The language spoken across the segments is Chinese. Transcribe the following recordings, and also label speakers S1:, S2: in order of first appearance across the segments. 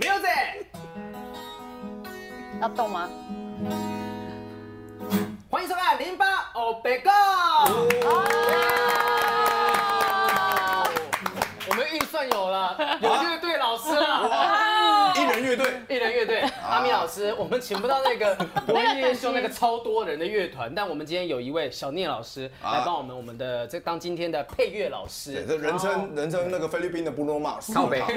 S1: music，
S2: 要动吗？
S1: 欢迎收看零八欧贝哥。我们预算有了，有乐队老师了，
S3: 一人乐队，
S1: 艺人乐队阿米老师，我们请不到那 个国一练秀那个超多人的乐团，但我们今天有一位小聂老师来帮我们，我们的这当今天的配乐老
S3: 对，
S1: 师。
S3: 这人称人称那个菲律宾的 Bruno Mars，
S4: 靠北
S3: 好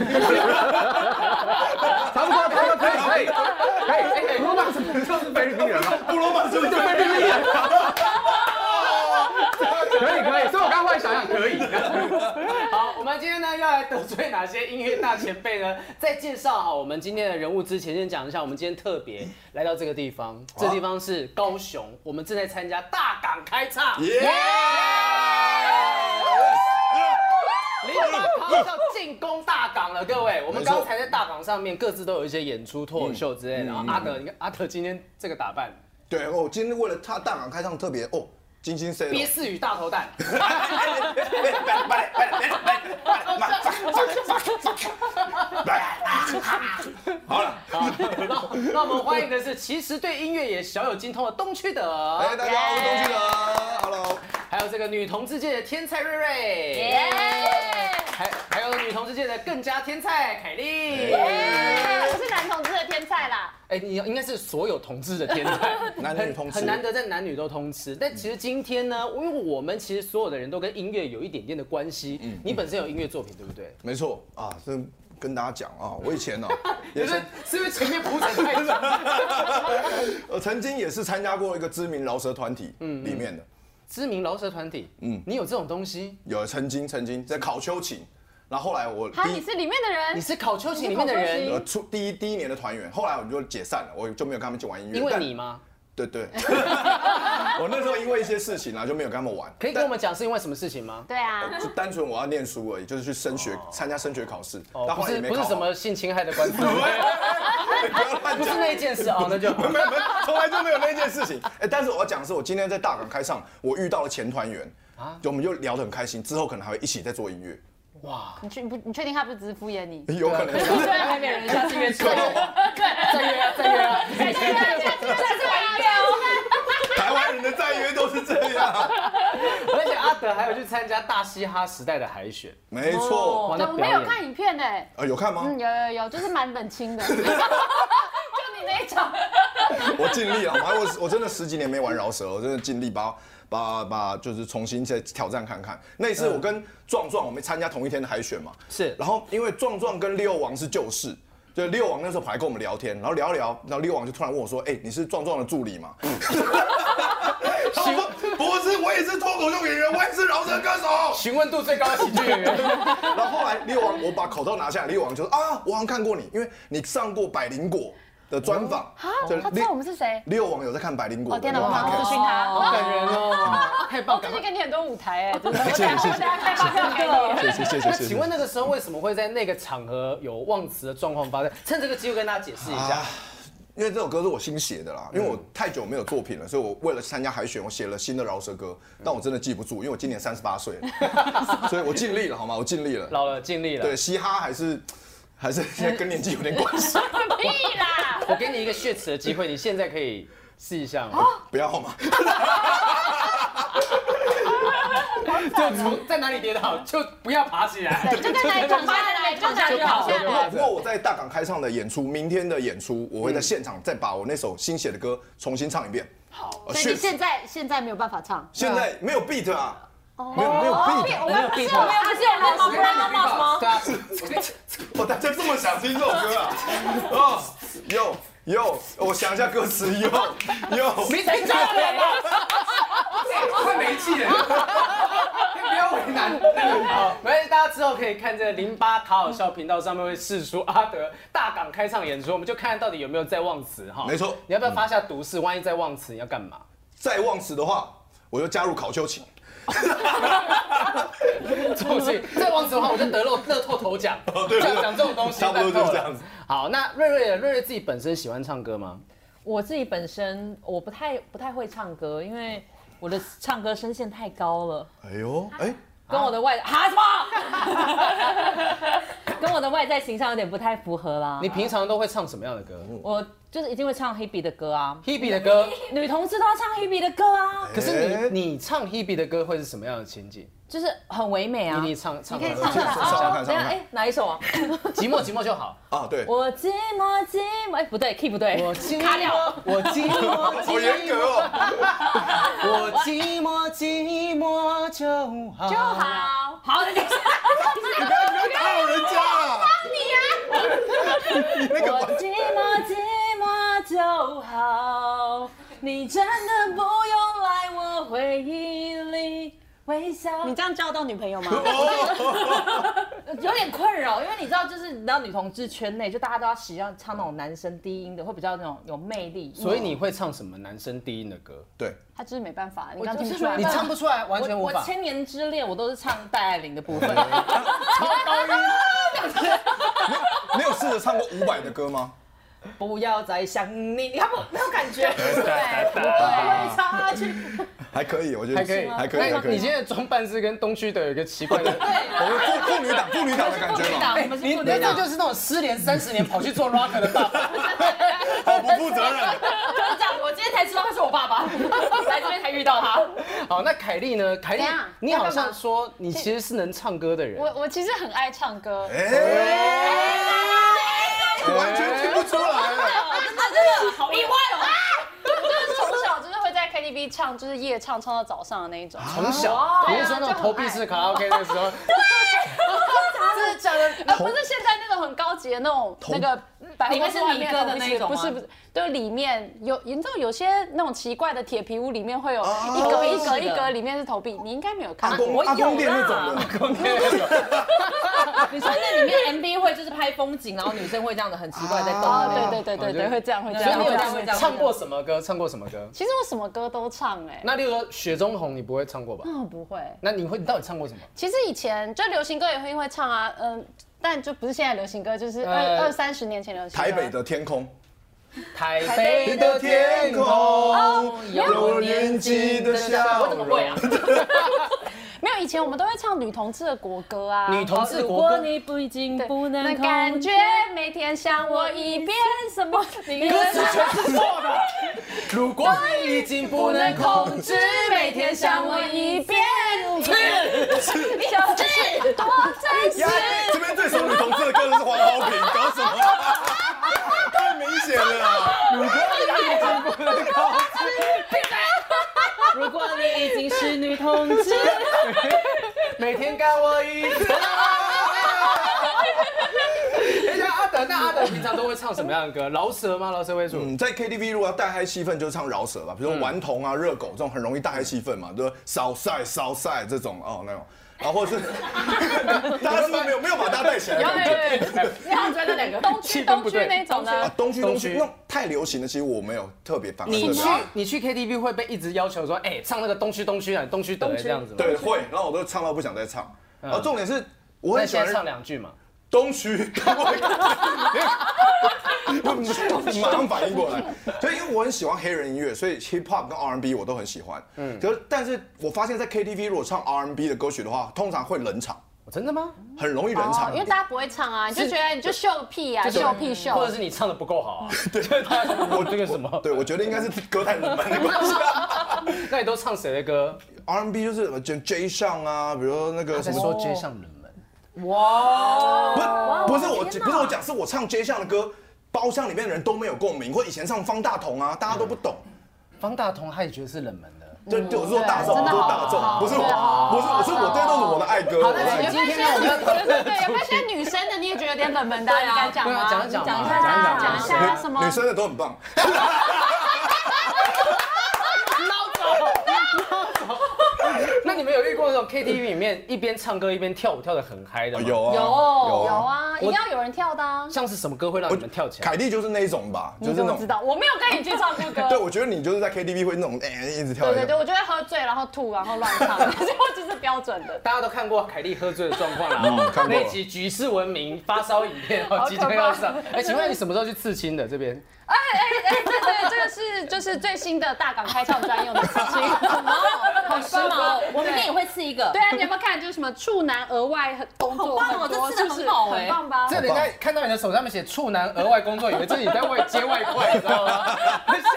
S4: 差不多，差不多，可以，可以，可以。罗马是不就是菲律宾人吗？
S3: ，Bruno Mars 是不是菲律宾人？
S4: 可以，可以。所以我刚刚忽然想想，可以。
S1: 好，我们今天呢要来得罪哪些音乐大前辈呢？在介绍好我们今天的人物之前，先讲一下我们今天特别来到这个地方，这地方是高雄，我们正在参加大港开唱。
S3: 耶！
S1: 林八康要进攻大港了，各位，我们
S3: 没错
S1: 刚才在大港上面各自都有一些演出、脱口秀之
S3: 嗯
S1: 类的。然后阿德，你看阿德今天这个打扮，
S3: 对，我今天为了他大港开唱特别哦，精心 say
S1: 憋四语大头 蛋，
S3: 好了，
S1: 那那我们欢迎的是其实对音乐也小有精通的东区德，
S3: 哎，大家好，我是东旭德，Hello，
S1: 还有这个女同志界的天才瑞瑞，
S2: 耶！
S1: 还还有女同志界的更加天才凯莉。
S2: 耶！我是男同志的天菜啦，
S1: 哎、你应该是所有同志的天才，
S3: 男女通吃
S1: 很很难得在男女都通吃。但其实今天呢，因为我们其实所有的人都跟音乐有一点点的关系。
S3: 嗯
S1: 你本身有音乐作品，对不对？
S3: 没错啊，这跟大家讲啊，我以前呢、
S1: 就
S3: 也
S1: 是是
S3: 是
S1: 不是前面铺陈太久？
S3: 我呃曾经也是参加过一个知名饶舌团体
S1: 嗯
S3: 里面的，
S1: 知名饶舌团体，嗯，你有这种东西？
S3: 有曾经曾经在考秋琴，然后后来我
S5: 哈，
S3: 第
S5: 你
S3: 一
S5: 是里面的
S1: 你
S5: 人，
S1: 是考秋瑾里面的
S5: 你是
S1: 人，
S3: 呃初第一第一年的团员，后来我们就解散了，我就没有跟他们一起玩音乐，
S1: 因为
S3: 但
S1: 你吗？
S3: 对 对，我那时候因为一些事情啊就没有跟他们玩，
S1: 可以跟我们讲是因为什么事情吗？
S5: 对啊，
S3: 就单纯我要念书而已，就是去升学参加升学考试，
S1: 哦，
S3: 但
S1: 不
S3: 后来也
S1: 是
S3: 没
S1: 不
S3: 考
S1: 是
S3: 好
S1: 什，么性侵害的官 司，
S3: 不要乱
S1: 不是
S3: 讲。
S1: 那一件事哦，那就
S3: 没有没有，从来就没有那件事情。哎、但是我要讲的是，我今天在大港开唱，我遇到了前团员啊，就我们就聊得很开心，之后可能还会一起在做音乐，
S1: 哇，
S5: 你确你不你确定他不是只是敷衍
S1: 啊
S5: 你？
S3: 有可能是。
S2: 对，还没人，下次约出
S3: 可能
S1: 再约啊再约啊！
S2: 下次玩一遍哦。
S3: 台湾人的再约都是这 样，
S1: 而且阿德还有去参加大嘻哈时代的海选，
S3: 没错。
S1: 哇，
S5: 哦我
S1: 那
S5: 们
S1: 表
S5: 有
S1: 演
S5: 看影片哎，
S3: 呃，有看吗？
S5: 嗯，有有有，就是蛮冷清的，就你那一场，
S3: 我尽力了，我我我真的十几年没玩饶舌，我真的尽力把把把就是重新再挑战看看。那一次我跟壮壮，我们参加同一天的海选嘛，
S1: 是
S3: 然后因为壮壮跟六王是旧事，就六王那时候跑来跟我们聊天，然后聊一聊，然后六王就突然问我说：“哎、你是壮壮的助理吗？” 他说：“不是，我也是脱口秀演员，我也是饶舌歌手。”
S1: 询问度最高的喜剧演员，
S3: 然后后来六王，我把口罩拿下来，六王就说：“啊，我好像看过你，因为你上过百灵果的专访。”就
S5: 他知
S3: 六
S5: 道我们是谁？
S3: 六网友在看百灵果
S5: 哦
S3: 的
S5: 天
S3: 那
S5: 哪，
S3: 个
S5: 我马上
S3: podcast，
S5: 私讯他。
S1: 好
S5: 哇
S1: 感人哦，太
S5: 我
S1: 棒
S5: 最
S1: 了
S5: 近。给你很多舞台哎，真 的，
S3: 谢谢谢
S5: 我等下开发票给你。
S3: 谢谢谢谢
S1: 那
S3: 谢
S1: 请
S3: 谢
S1: 问。那个时候为什么会在那个场合有忘词的状况发生？趁这个机会跟大家解释一
S3: 啊
S1: 下。
S3: 因为这首歌是我新写的啦，因为我太久没有作品了，所以我为了参加海选，我写了新的饶舌歌，但我真的记不住，因为我今年三十八岁 了，所以我尽力了好吗？我尽力了。
S1: 老了，尽力了。
S3: 对，嘻哈还是还是现在跟年纪有点关 系，
S5: 屁啦！
S1: 我给你一个血耻的机会，你现在可以试一下吗？
S3: 不要好吗？
S1: 就从在哪里跌倒就不要爬起来。
S5: 对，就在哪里躺下来，就哪里躺下来。
S3: 不过我在大港开唱的演出，明天的演出，我会在现场再把我那首新写的歌重新唱一遍。好，
S5: 所以你现在现在没有办法唱，
S3: 现在没有 beat 啊，
S5: 哦
S3: 没有没有 beat，
S5: 我
S1: 们
S5: 们
S1: 不
S5: 不
S1: 是
S5: 是
S1: 我
S5: 我
S1: 们
S5: 们
S1: 有
S5: 不是有那
S2: 毛
S5: 种
S2: 不拉毛吗？
S1: 对啊，
S3: 哦，大家这么想听这首歌啊？ 哦，有有，我想一下歌词，有有。
S1: 你才叫人啊！快没气了，不要为难。好，没关系，大家之后可以看这个零八卡好笑频道上面会试出阿德大港开唱演出，我们就看到底有没有在忘词哈。
S3: 没错
S1: 你要不要发下毒誓？万一在忘词，你要干嘛？
S3: 再忘词的话，我就加入考秋琴。
S1: 出去再忘词的话，我就 得乐乐透头奖。
S3: 哦对
S1: 这
S3: 对对
S1: 样讲这种东西，
S3: 差不多就是这样
S1: 烂透
S3: 子
S1: 了。好，那瑞瑞呢瑞瑞自己本身喜欢唱歌吗？
S2: 我自己本身我不太不太会唱歌，因为我的唱歌声线太高了。
S3: 哎呦，哎，
S2: 跟
S1: 啊
S2: 我的外哈什么， 跟我的外在形象有点不太符合啦。
S5: 啊
S1: 你平常都会唱什么样的歌
S3: 哦
S2: 我就是一定会唱 Hebe 的歌啊，
S1: ？Hebe 的歌，
S2: 女同志都要唱 Hebe 的歌啊，
S1: 可是
S3: 哎
S1: 你你唱 Hebe 的歌会是什么样的情景？
S2: 就是很唯美啊。
S1: 你你唱唱
S5: 可以
S1: 歌，
S5: 唱
S3: 上上看
S2: 等一
S3: 上
S2: 下，
S3: 看
S2: 哎，哪一首啊？
S1: 寂寞寂寞就好。
S3: 啊，对，
S2: 我寂寞寂寞，哎，不对，key 不对，
S1: 我寂
S2: 卡掉
S1: 寞，我寂寞，
S3: 好严格哦，
S1: 我寂寞寂寞就好。
S5: 就好。
S2: 好，再见。
S3: 你不要你不要打扰人家啊！
S2: 我寂寞寂寞就好，你真的不用来我回忆里微笑。
S5: 你这样交到女朋友吗？
S2: 有点困扰，因为你知道，就是你知道女同志圈内，就大家都要喜欢唱那种男生低音的，会比较那种有魅力。
S1: 所以你会唱什么男生低音的歌？
S3: 对，
S5: 他就是没办法，你
S2: 我
S5: 刚
S2: 就
S5: 听
S2: 是
S5: 不出来
S1: 你
S5: 吗？
S1: 唱不出来，完
S2: 我
S1: 全无
S2: 我
S1: 法。
S2: 千年之恋，我都是唱戴爱玲的部分。
S3: 你有试着唱过伍佰的歌吗？
S2: 不要再想你，你看不没有感觉，
S5: 对，
S2: 差距。
S3: 还可以，我觉得
S1: 还可以，
S3: 还可以，还
S1: 那
S3: 可以。
S1: 你现在装扮是跟东区的有一个奇怪的，
S3: 我们妇妇女党，妇女党的感觉嘛，
S2: 我们是
S1: 你
S2: 不
S1: 你这
S2: 能讲，
S1: 就是那种失联三十年跑去做 rock 的爸爸。
S3: 好哦不负责任。
S2: 就是这样。我今天才知道他是我爸 爸，来这边才遇到 他。
S1: 好，那凯莉呢？凯莉
S5: 怎样，
S1: 你好像说你其实是能唱歌的人。
S5: 我我其实很爱唱歌，
S3: 哎，完全听不出
S1: 啊
S3: 来。
S2: 真的真的好意外哦。
S5: 就是从小就是会在 KTV 唱，就是夜唱唱到早上的那一种。
S1: 从小，你是说那种投币式卡拉 OK 的时候，
S5: 真的假的？呃不是现在那种很高级的那种那个百货公司外面
S2: 里面是你哥的那种
S5: 不
S2: 吗
S5: 是不是，就是里面有，你知道有些那种奇怪的铁皮屋里面会有一
S2: 哦
S5: 格一格一格，里面是投币，你应该没有看
S3: 阿
S5: 过。
S3: 公阿公店那种的，
S2: 你说那里面 MV 会就是拍风景，然后女生会这样的很奇怪在动
S5: 哦，
S2: 的那种。
S5: 对对对对
S1: 哦就
S5: 对，会这样会这
S2: 所以
S5: 样
S2: 你有
S5: 会这
S2: 这
S5: 样
S2: 样啊会
S5: 会
S2: 这
S5: 这
S2: 样
S1: 唱
S5: 样。
S1: 过什么歌？唱过什么歌？
S5: 其实我什么歌都唱哎，
S1: 那例如说《雪中红》，你不会唱过吧？
S5: 嗯不会。
S1: 那你会你到底唱过什么？
S5: 其实以前就流行歌也会会唱啊，嗯，但就不是现在流行歌，就是
S1: 呃
S5: 二二三十年前流行歌。
S3: 台北的天空，
S1: 台
S5: 北
S1: 的天哦空
S3: 有年纪的
S2: 我
S3: 笑
S2: 怎么会
S3: 容
S2: 啊。？
S5: 没有，以前我们都会唱女同志的国歌啊。
S1: 女同志
S2: 如
S1: 国
S2: 果
S1: 歌，
S2: 你不已经
S5: 对
S2: 不能
S5: 那
S2: 控
S5: 感觉
S2: 制
S5: 每天想我一遍什么？你
S1: 歌词全是错的。如果你已经不能控制，
S5: 每天想我一遍，小智多真实
S3: 呀，这边最熟女同志的歌的是黄豪平，搞什 么？太明显了啊，
S2: 如果你已经是女同 志，
S1: 每天干我一 次。等一下，哎阿德，那阿德平常都会唱什么样的歌？饶舌吗？饶舌为主。
S3: 嗯，在 KTV 如果要带嗨气氛，就是唱饶舌吧，比如说顽童啊、热狗这种很容易带嗨气氛嘛，就是骚晒骚晒这种哦那种，然后或者是 大家是不是没有没有把大家带起来的感觉？
S2: 然后就那两个
S5: 东
S1: 气
S5: 区
S1: 氛
S5: 东
S1: 不
S5: 区
S1: 对
S5: 那种
S3: 啊
S5: 的，，
S3: 东区
S1: 东
S3: 东
S1: 区
S3: 区那种太流行的，其实我没有特别反。
S1: 你
S3: 对
S1: 去你去 KTV 会被一直要求说，哎，唱那个东区东区啊，东区德这样子吗？
S3: 对，会，然后我都唱到不想再唱。然后重点是，我
S1: 那
S3: 很喜
S1: 现在唱
S3: 欢
S1: 两句嘛。
S3: 东区， 马上反应过来。所以因为我很喜欢黑人音乐，所以 hip hop 跟 R&B 我都很喜欢。嗯，可是但是我发现，在 KTV 如果唱 R&B 的歌曲的话，通常会冷场，
S1: 哦真的吗？
S3: 很容易冷场。
S5: 哦因为大家不会唱啊，你就觉得你就秀屁啊，
S1: 就是
S5: 秀屁秀，
S1: 或者是你唱的不够好啊？ 对，我这个什么？
S3: 对，我觉得应该是歌太冷门的关系。啊
S1: 那你都唱谁的歌？
S3: R&B 就是什么 J J 上啊，比如说那个什
S1: 在
S3: 么
S1: 说街上人们。
S2: 哇，
S3: 不是我，不是我讲，是我唱街巷的歌，包厢里面的人都没有共鸣，或以前唱方大同啊，大家都不懂。
S1: 方大同他也觉得是冷门的。
S3: 对，对我是说大众，
S5: 真的
S3: 我说
S5: 好
S3: 大众，不是我，
S5: 对啊
S3: 不是我，是我，这都是我的爱歌，我 的
S1: 那
S3: 爱歌。
S1: 今天呢，我们要
S5: 对对 对，有没有些女生的你也觉得有点冷门的啊，
S2: 对啊
S5: 你敢讲
S1: 对啊
S5: 吗？
S1: 讲一讲嘛
S5: 你
S1: 讲一讲
S5: 下，
S1: 嘛
S5: 讲一下什么
S3: 女？生的都很棒，
S1: 那你们有遇过那种 KTV 里面一边唱歌一边跳舞跳的很嗨的吗？
S3: 有啊，
S2: 有
S5: 有
S3: 有。
S5: 啊，一定要有人跳的啊。
S1: 像是什么歌会让你们跳起来？
S3: 凯蒂就是那一种吧，就
S5: 你
S3: 是
S5: 怎
S3: 那
S5: 么知
S3: 种。
S5: 道？我没有跟你去唱过歌。
S3: 对，我觉得你就是在 KTV 会那种哎一直跳
S5: 对
S3: 来
S5: 对对，
S3: 跳去。
S5: 我就会喝醉，然后吐，然后乱唱，就就是标准的。
S1: 大家都看过凯莉喝醉的状况
S3: 嗯
S1: 啦
S3: 看，过
S1: 那集举世闻名发烧影片哦，
S5: 好可怕
S1: 即将要上。哎，请问你什么时候去刺青的？这边
S5: 哎，对对，这个是就是最新的大港开唱专用的事情。
S2: 好时髦哦！我明天也会刺一个。
S5: 对啊，你有没有看？就是什么处男额外工作
S2: 好棒哦
S5: 很多
S2: 这吃得
S5: 是不是
S2: 很好哎
S5: 很棒 吧？
S1: 这人家看到你的手上面写处男额外工作，以为这是你在外接外快，你知道吗？ 吓死！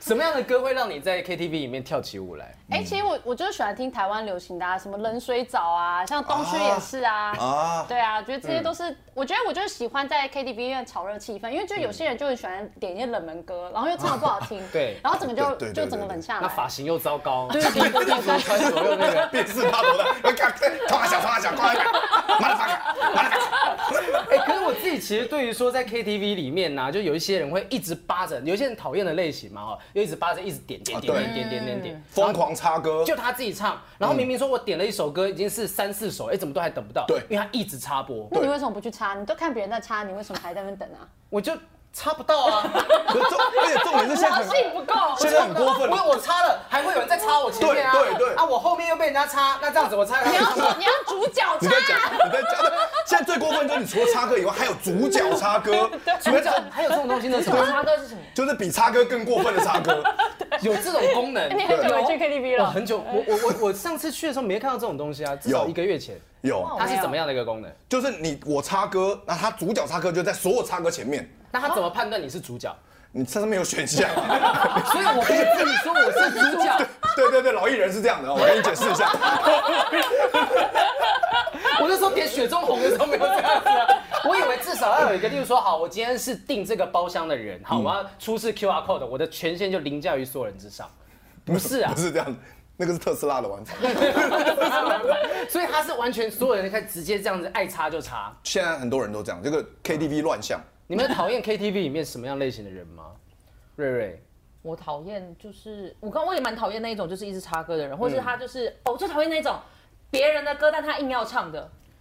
S1: 什么样的歌会让你在 KTV 里面跳起舞来？
S5: 哎、其实我我就是喜欢听台湾流行的啊，什么冷水澡啊，像东区也是啊。
S3: 啊，
S5: 对啊，觉得这些都是，我觉得我就是喜欢在 KTV 里面炒热气氛，因为就
S3: 嗯
S5: 有些人就很喜欢点一些冷门歌，然后又唱的不好听，
S1: 对
S5: 然后整个就
S3: 对对对
S5: 就整个冷下
S1: 那发
S5: 来。
S1: 型又糟糕，
S5: 对对对对对，
S1: 穿左右那个。
S3: 变四大头的，夸小夸小夸小，马拉法马拉
S1: 哎、可是我自己其实对于说在 KTV 里面呢、啊就有一些人会一直扒着，有一些人讨厌的类型嘛，哈，又一直扒着，一直点点
S3: 啊
S1: 点
S3: 对
S1: 点点点点
S5: 嗯
S1: 点，
S3: 疯狂插歌，
S1: 就他自己唱，然后明明说我点了一首歌，已经是三四首，哎、怎么都还等不到？
S3: 对
S1: 因为他一直插播，
S5: 那你为什么不去插？你都看别人在插，你为什么还在那边等啊？
S1: 我就插不到啊，
S3: 可重而且重点是现在
S5: 老
S3: 很
S5: 性不够，
S3: 现在很过分
S1: 因为，我插了，还会有人再插我前面啊，
S3: 对对对
S1: 啊，我后面又被人家插，那这样子我插
S5: 你要
S1: 了，
S5: 说你要主角
S3: 你在
S5: 插
S3: 讲，你在讲，现在最过分就是你除了插歌以外，还有主角插歌，
S1: 什么叫还有这种东西呢？什么
S2: 插歌是什么？
S3: 就是比插歌更过分的插歌。
S1: 有这种功能？
S5: 你很久没
S2: 哦
S5: 去 KTV
S1: 我
S5: 了，
S1: 很久，我我我我上次去的时候没看到这种东西啊，至少
S3: 有
S1: 一个月前，
S3: 有，
S1: 它是怎么样的一个功能？
S3: 就是你我插歌，那他主角插歌就在所有插歌前面，
S1: 那他怎么判断你是主角？
S3: 你这上面有选项。
S1: 所以我可以哦跟你说我是主角，
S3: 对对对，老艺人是这样的，哦我跟你解释一下。
S1: 我那时候点雪中红的时候没有这样子、啊，我以为至少要有一个，例如说，好，我今天是订这个包厢的人，好，我要出示 QR code，我的权限就凌驾于所有人之上， 不是啊
S3: 不，是这样，那个是特斯拉的玩法。
S1: 所以他是完全所有人开始直接这样子爱插就插。
S3: 现在很多人都这样，这个 KTV 乱象。
S1: 你们讨厌 KTV 里面什么样类型的人吗？瑞瑞，
S2: 我讨厌就是，我刚我也蛮讨厌那一种，就是一直插歌的人，或是他就是、哦，我最讨厌那种别人的歌，但他硬要唱的，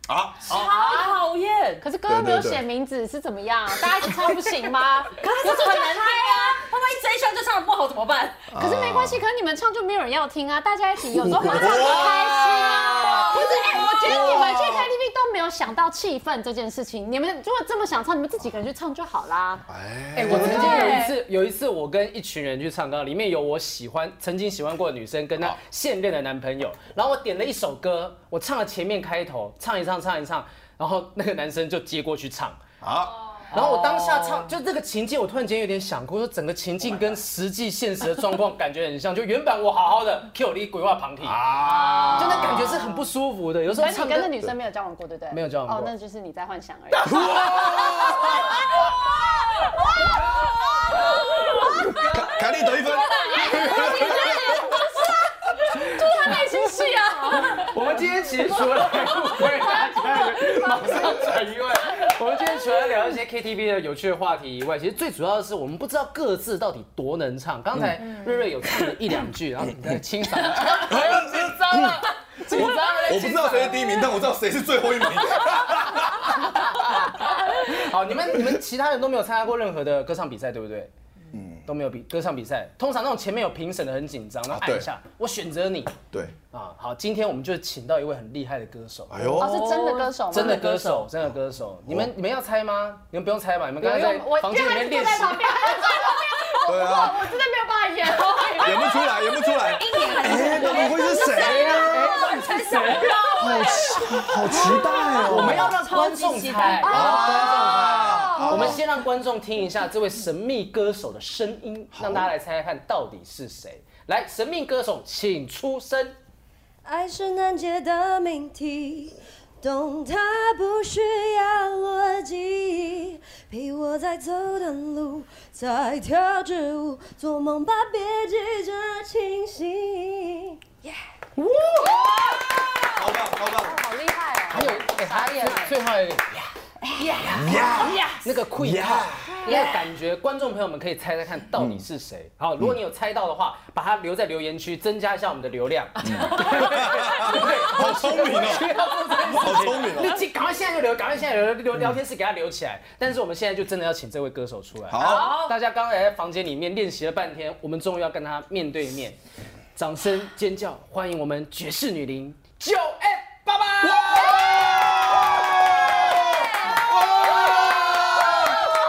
S3: 啊，
S2: 超讨厌。
S5: 可是歌又没有
S3: 对对对
S5: 写名字是怎么样？啊大家一起唱不行吗？
S2: 可是他这首就很嗨啊，他万一这一唱就唱的不好怎么办？
S5: 可是没关系，可是你们唱就没有人要听啊，大家一起有 时候
S3: 哇
S5: 唱多开心啊。
S2: 不
S5: 不
S2: 是
S5: 是，哎、我觉得你们去 KTV 都没有想到气氛这件事情。你们如果这么想唱，你们自己一个人去唱就好啦。
S1: 哎、我曾经有一次，有一次我跟一群人去唱歌，里面有我喜欢、曾经喜欢过的女生跟她现任的男朋友，然后我点了一首歌，我唱了前面开头，唱一唱，唱一唱，然后那个男生就接过去唱，
S3: 啊，
S1: 然后我当下
S5: 哦
S1: 唱，就这个情境，我突然间有点想过，说整个情境跟实际现实的状况感觉很像，就原本我好好的 Q 你鬼话旁听，
S3: 啊，
S1: 就那感觉是很不舒服的，有时候
S5: 但
S1: 唱
S5: 你
S1: 歌
S5: 跟那女生没有交往过，对不对？
S1: 没有交往过
S5: 哦，那就是你在幻想而已。
S3: 凯凯莉得
S1: 哎
S3: 一分。
S1: 啊
S5: 他内心戏啊！
S1: 我们今天其实除了 为大家马上转移外，我们今天除了聊 一些 KTV 的有趣的话题以外，其实最主要的是我们不知道各自到底多能唱。刚才
S5: 嗯
S1: 瑞瑞有唱了一两句，然后你在清嗓，哎呦紧张了，紧张了，
S3: 我不知道
S1: 啊
S3: 谁是第一名，但我知道谁是 最后一名。
S1: 好，你们你们其他人都没有参加过任何的歌唱比赛，对不对？嗯，都没有比歌唱比赛。通常那种前面有评审的很紧张，
S5: 啊
S1: 然后按一下，我选择你
S3: 对，
S1: 啊。好，今天我们就请到一位很厉害的歌手，
S3: 哎
S5: 哦，是
S3: 呦，
S5: 真的歌手吗？哦
S1: 真的歌手，真的歌手。你们你们要猜吗？你们不用猜吧？你们刚才在
S5: 我
S1: 房
S5: 因
S1: 间里
S5: 为他是
S1: 面
S5: 坐
S1: 练
S5: 在
S1: 习。
S5: 旁边，他坐在旁边，
S3: 对啊，
S5: 我真的没有办法 演。
S3: 演不出来，演不出来。哎，到底会是谁呀？好期，好期待哦！
S1: 我们要让观众猜，我们要让观众猜。我们先让观众听一下这位神秘歌手的声音，让大家来猜猜看到底是谁。来，神秘歌手，请出声。
S6: 爱是难解的命题，懂它不需要逻辑。陪我在走的路，在跳支舞，做梦吧，别急着清醒。
S3: 好棒，好棒！
S5: 好厉害哦！
S1: 还有，哎，还有最后还有一个
S3: 呀，
S1: 那个 q u e e
S3: 呀
S1: 那个感觉，观众朋友们可以猜猜看到底是谁。好，如果你有猜到的话，把它留在留言区，增加一下我们的流量。
S3: 好聪明哦，好聪明
S1: 你
S3: 哦。
S1: 这赶快现在就留，赶快现在留留聊天室给他留起来。但是我们现在就真的要请这位歌手出来。
S3: 好，
S1: 大家刚才在房间里面练习了半天，我们终于要跟他面对面，掌声尖叫，欢迎我们爵士女伶九 F 爸爸。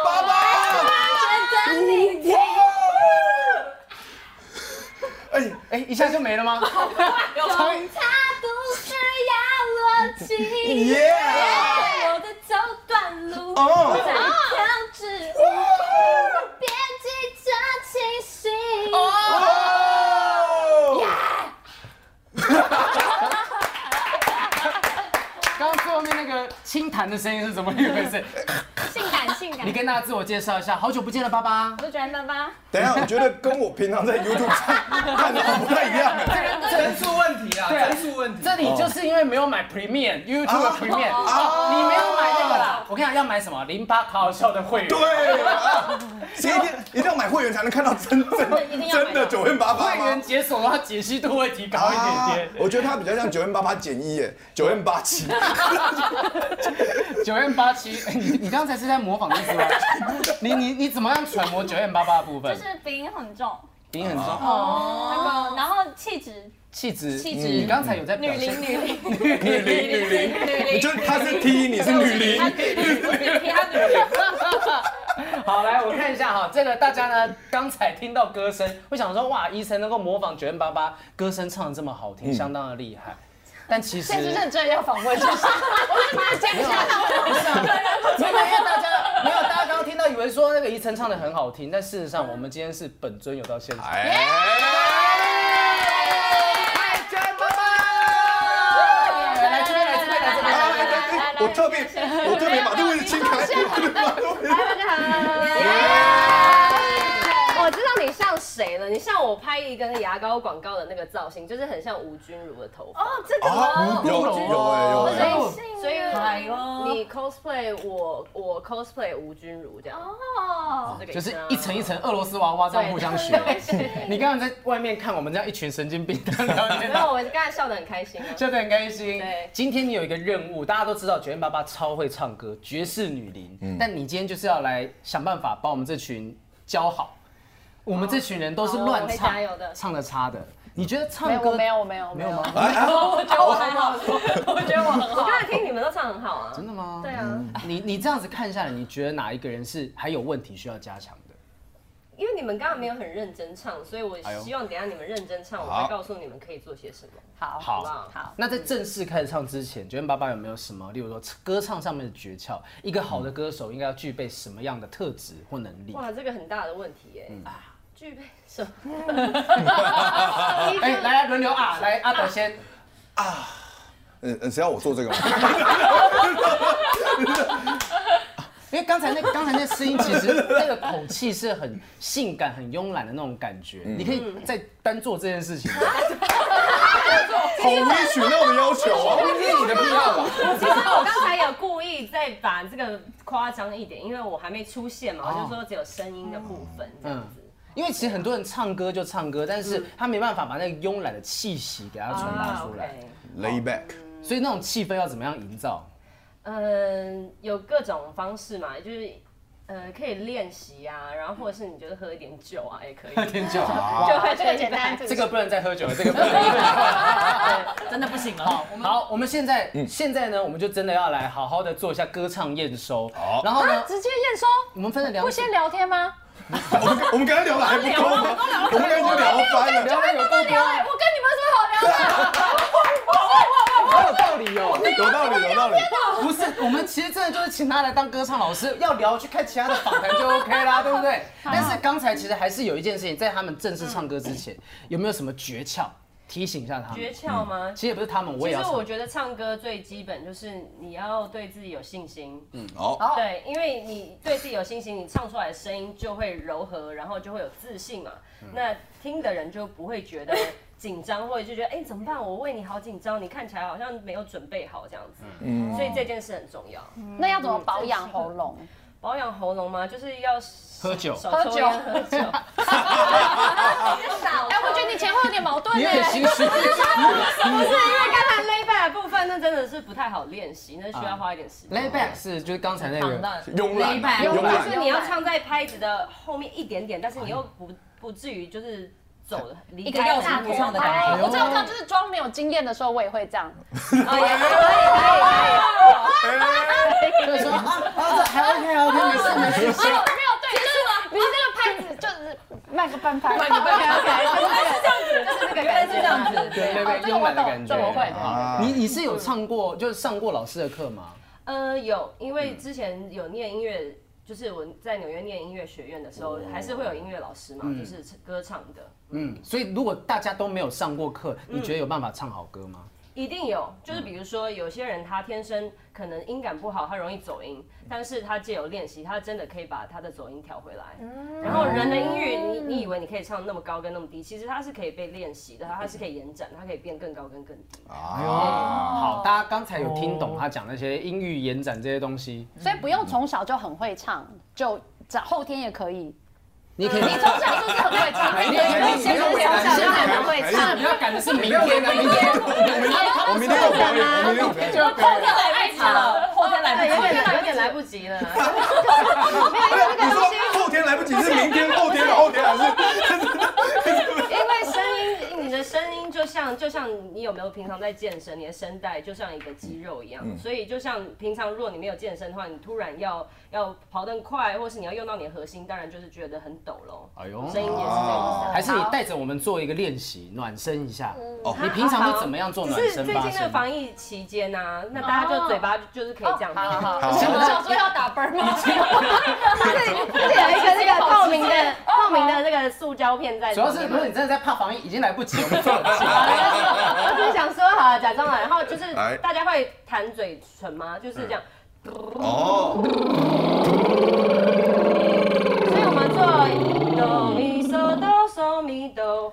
S3: 爸爸，
S2: 真的你
S3: 哎，
S1: 哎，一下就没了吗？
S7: 不是要逻辑，
S3: 耶！
S7: 我的走短路，
S3: 哦
S7: 在调制编辑这情绪。
S3: 哦，
S1: 刚刚最后面那个轻弹的声音是怎么一回事？
S5: 性感性感
S1: 你，跟大家自我介绍一下，好久不见了，爸爸。
S5: 我喜欢爸爸。
S3: 等一下，我觉得跟我平常在 YouTube 上看的不太一样哎。
S4: 帧数问题啊，
S1: 对啊
S4: 帧数问题。
S1: 这里就是因为没有买 Premium YouTube 的 Premium，你没有买那个啦。我跟你讲，要买什么？零八好好笑的会员。
S3: 对啊，所以一定一定要买会员才能看到真正真的九零八八
S1: 会员
S3: 吗？
S1: 解锁的话，解析度会提高一点
S3: 我觉得它比较像九零八八减一耶，九零八七。
S1: 点。九院八七， 哎你你刚才是在模仿的意思吗？ 你你你怎么样揣摩九院八八的部分
S2: 就？是鼻音很重，
S1: 你很重，
S2: 那个然后气质
S1: 气质，
S2: 气质
S1: 你刚才有在表现。
S2: 女伶，
S3: 女零女零，就是他是 T，你是女零。
S1: 好，来我看一下哈，这个大家呢刚才听到歌声，会想说哇，医生能够模仿九院八八歌声唱的这么好听，相当的厉害。但其实
S5: 这是认真要访问，就是 我们讲一下他们
S1: 不是啊， 没有，因为大家没有，大家刚刚听到以为说那个宜晨唱的很好听，但事实上我们今天是本尊有到现场。
S2: 哦
S1: 来这边，来这边，来这边。
S3: 我特别，我特别把这个位置清开，
S7: 我知道你像谁了，你像我拍一个牙膏广告的那个造型，就是很像吴君如的头发。
S2: 哦，这个
S3: 啊，有有哎
S2: 哦
S3: 有哎，
S7: 所以
S2: 哎呦
S7: 你 cosplay 我，我 cosplay 吴君如这 样，
S2: 哦，
S7: 这个意
S1: 就
S7: 思
S1: 是
S7: 啊
S1: 一层一层俄罗斯娃娃这样互相学。 你刚刚在外面看我们这样一群神经病在聊天
S7: 没，有，我刚才笑得很 开心啊。
S1: 笑得很开心
S7: 对。
S1: 今天你有一个任务，大家都知道九零八八超会唱歌，绝世女伶。但你今天就是要来想办法把我们这群教好。我们这群人都是
S7: 好
S1: 乱
S7: 我会
S1: 唱
S7: 加油的，
S1: 唱的差的。你觉得
S5: 没
S1: 唱
S5: 有，
S1: 歌
S5: 我没有，我没有，我
S1: 没
S5: 没
S1: 有
S5: 有
S1: 吗？？
S5: 我觉得我很好，我觉得我很
S7: 我
S5: 好。
S7: 刚才听你们都唱很好啊，
S1: 真的吗？嗯
S7: 对啊，
S1: 你你这样子看下来，你觉得哪一个人是还有问题需要加强的？
S7: 因为你们刚刚没有很认真唱，所以我
S1: 哎呦
S7: 希望等一下你们认真唱，我
S3: 好
S7: 再告诉你们可以做些什么。
S5: 好，
S1: 好
S7: 不好
S5: 好，
S1: 那在正式开始唱之前，九零八八有没有什么，例如说歌唱上面的诀窍？一个好的歌手应该要具备什么样的特质或能力？
S7: 哇，这个很大的问题耶、
S1: 嗯
S7: 啊，具备什么？
S1: 哎、来来轮流啊，来阿斗先，
S3: 嗯嗯，谁要我做这个吗？
S1: 因为刚才那刚才那声音，其实那个口气是很性感、很慵懒的那种感觉，你可以再单做这件事情。
S3: 好微曲那种要求啊！
S4: 是你的必要吧？
S7: 其实我刚才有故意再把这个夸张一点，因为我还没出现
S1: 哦
S7: 嘛，我就说只有声音的部分这样子。
S1: 因为其实很多人唱歌就唱歌，但
S7: 嗯
S1: 是他没办法把那个慵懒的气息给它传达出来，
S7: 啊 OK
S3: Lay back，
S1: 所以那种气氛要怎么样营 造？
S7: 嗯，有各种方式嘛，就是呃可以练习啊，然后或者是你就是喝一点酒啊也 可以，
S1: 天就
S7: 就喝
S5: 这个简单，这
S1: 这
S5: 个
S1: 个不能再喝酒了，这个不能再喝酒了。
S8: 真的不行了。好，
S1: 好，我们现在、现在呢，我们就真的要来好好的做一下歌唱验收。
S3: 好
S1: 然后呢，
S5: 直接验收，
S1: 我们分了两
S5: 不
S1: 组，
S5: 先聊天吗？
S3: 我们我们刚才聊的还不够吗？我们刚才已经聊翻了，
S1: 聊有够多，
S5: 哎，我跟你们有什么好聊的？
S1: 好有道理哦。
S3: 有道理有道理。
S1: 不是，我们其实真的就是请他来当歌唱老师，要聊去看其他的访谈就 OK 啦，对不对？但是刚才其实还是有一件事情，在他们正式唱歌之前，有没有什么诀窍提醒一下他
S7: 诀
S1: 们？
S7: 窍吗？
S1: 其实也不是他嗯们，我
S7: 其
S1: 也
S7: 实
S1: 要
S7: 我
S1: 唱。
S7: 觉得唱歌最基本就是你要对自己有信心，
S3: 好，
S7: 对，因为你对自己有信心，你唱出来的声音就会柔和，然后就会有自信嘛。
S1: 嗯
S7: 那听的人就不会觉得紧张，或者就觉得哎、怎么办？我为你好紧张，你看起来好像没有准备好这样子。
S1: 嗯
S7: 所以这件事很重要。
S5: 那要怎么保养喉咙？
S7: 保养喉咙吗？就是要
S1: 喝酒
S7: 少抽烟喝 酒。
S5: 哎，我觉得你前后有点矛盾欸
S1: 你有点
S5: 呢。
S1: 心虚，
S7: 不是因为刚才 lay back 的部分，那真的是不太好练习，那需要花一点时间。
S1: lay back 是就是刚才那
S8: 躺
S1: 个，
S8: 的
S3: 慵懒慵
S7: 就
S3: 懒
S7: 是你要唱在拍子的后面一点点，但是你又不不至于就是走了离
S8: 一个
S7: 开
S8: 要死不放的感
S5: 哎
S8: 觉。
S5: 我知道，我知道，就是装没有经验的时候，我也会这样。
S7: 哦，也可以可以可以。
S1: 就是说啊啊，这还 OK 啊 OK，没事没事。
S5: 没有，没有，对，就是你那个拍子就是慢个半拍，慢个半拍，
S8: OK，OK，OK
S5: 就是这样子，是那个
S2: 原来
S5: 感
S2: 是
S5: 觉，
S2: 这样子
S5: 对，
S1: 对
S5: 哦这个
S1: 慵
S5: 我
S1: 懒的
S5: 懂，
S1: 感觉
S5: 这我会。
S3: 啊
S1: 你你是有上过，就是上过老师的课吗？
S7: 呃，有，因为之前有念音乐，就是我在纽约念音乐学院的时候，还是会有音乐老师嘛，就是歌唱的，
S1: 嗯，所以如果大家都没有上过课，你觉得有办法唱好歌吗？
S7: 一定有。就是比如说，有些人他天生可能音感不好，他容易走音，但是他借由练习，他真的可以把他的走音调回来。然后人的音域，你你以为你可以唱那么高跟那么低，其实它是可以被练习的，它是可以延展，它可以变更高跟更低。
S3: 啊！
S1: 好，大家刚才有听懂他讲那些音域延展这些东 西，
S5: 所以不用从小就很会唱，就长后天也可以。
S1: 你可以
S5: 你从小就是很会唱，
S1: 没有
S5: 以前就是从小就很会唱
S1: 你。要赶的是明天的，明天
S3: 我明天有表演，我明天有表演。
S2: 太迟了，后天来
S7: 有
S2: 不及
S7: 点哦有点来不及了。
S3: 你说后天来不及，是明天、后天、后天还是？
S7: 因为声音，你的声音就像就像你有没有平常在健身，你的声带就像一个肌肉一样，所以就像平常如果你没有健身的话，你突然要要跑得很快，或是你要用到你的核心，当然就是觉得很抖喽。
S1: 哎呦
S7: 声音也是这样。
S1: 还是你带着我们做一个练习，暖身一下。你平常会怎么样做
S7: 嗯只
S1: 暖
S7: 是
S1: 身
S7: 最近
S1: 发
S7: 那个
S1: 声？
S7: 防疫期间呐、啊，那大家就嘴巴就是可以这样子。
S5: 哦好好，
S3: 好
S5: 我小时候要打啵儿吗？
S7: 而且有一个那个透明的透明的那个塑胶片在里面。
S1: 主要是如果你真的在怕防疫，已经来不及，我们做不及。
S7: 我只是想说好了，假装了，然后就是
S3: 来
S7: 大家会弹嘴唇吗？就是这样。
S3: 哦，
S7: 所以我们做哆咪嗦哆嗦咪哆，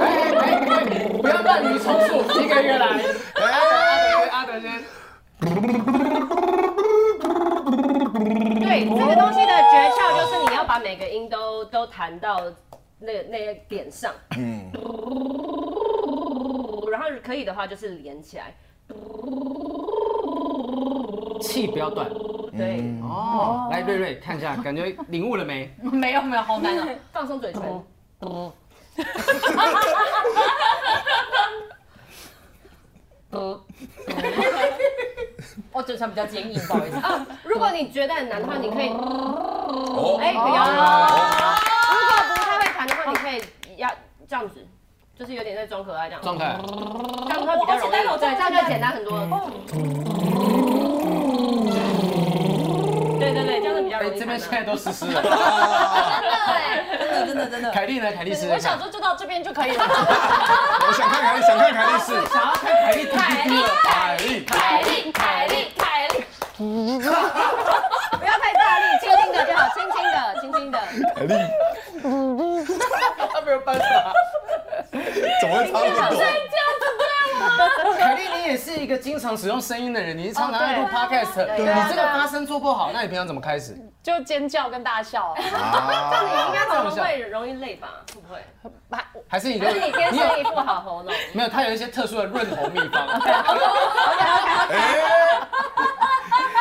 S1: 哎哎哎，不要滥竽充数，一个月来。阿德阿德先，
S7: 对，这个东西的诀窍就是你要把每个音都都弹到那那个点上，
S3: 嗯，
S7: 然后可以的话就是连起来，
S1: 气不要断。
S7: 对，
S1: 哦，来瑞瑞看一下，感觉领悟了没？
S5: 没有没有，好难啊！
S7: 放松嘴唇，
S2: 我嘴唇比较坚硬，不好意思。
S7: 如果你觉得很难的话，你可以，
S3: 哦，
S7: 哎，可以啊，如果不太会弹的话，你可以要这样子。就是有点在装可爱这样，
S1: 状态。
S7: 这样嗯会比较容易，对，这样就简单很多。对对对，这样子比较
S1: 哎
S7: 容，易
S1: 这
S7: 弹
S1: 边
S7: 啊
S1: 现。在都湿湿了。
S2: 真的真的真的，
S1: 凯莉呢？凯莉试
S5: 我
S1: 试
S5: 小
S1: 看
S5: 时。候就到这边就可以了。
S3: 我想看凯莉，想看凯莉是
S1: 想要看凯莉凯莉凯莉，
S5: 凯丽，凯丽，凯丽，
S7: 不要太大力，轻轻的就好，轻轻的，轻轻的。
S3: 凯莉，
S1: 他没有办法。
S3: 怎么会差不多？
S1: 凯莉，你也是一个经常使用声音的人，你是常常在录 podcast，
S7: 对
S1: 你这个发声做不好，那你平常怎么开始？
S5: 就尖叫跟大笑。
S3: 啊
S7: 应该喉咙会容易累吧？会不会？
S1: 还是你的
S7: 你天
S1: 你有
S7: 生一
S5: 嗯
S7: 副好喉咙。
S1: 没有？他有一些特殊的润喉秘方。
S3: 哎，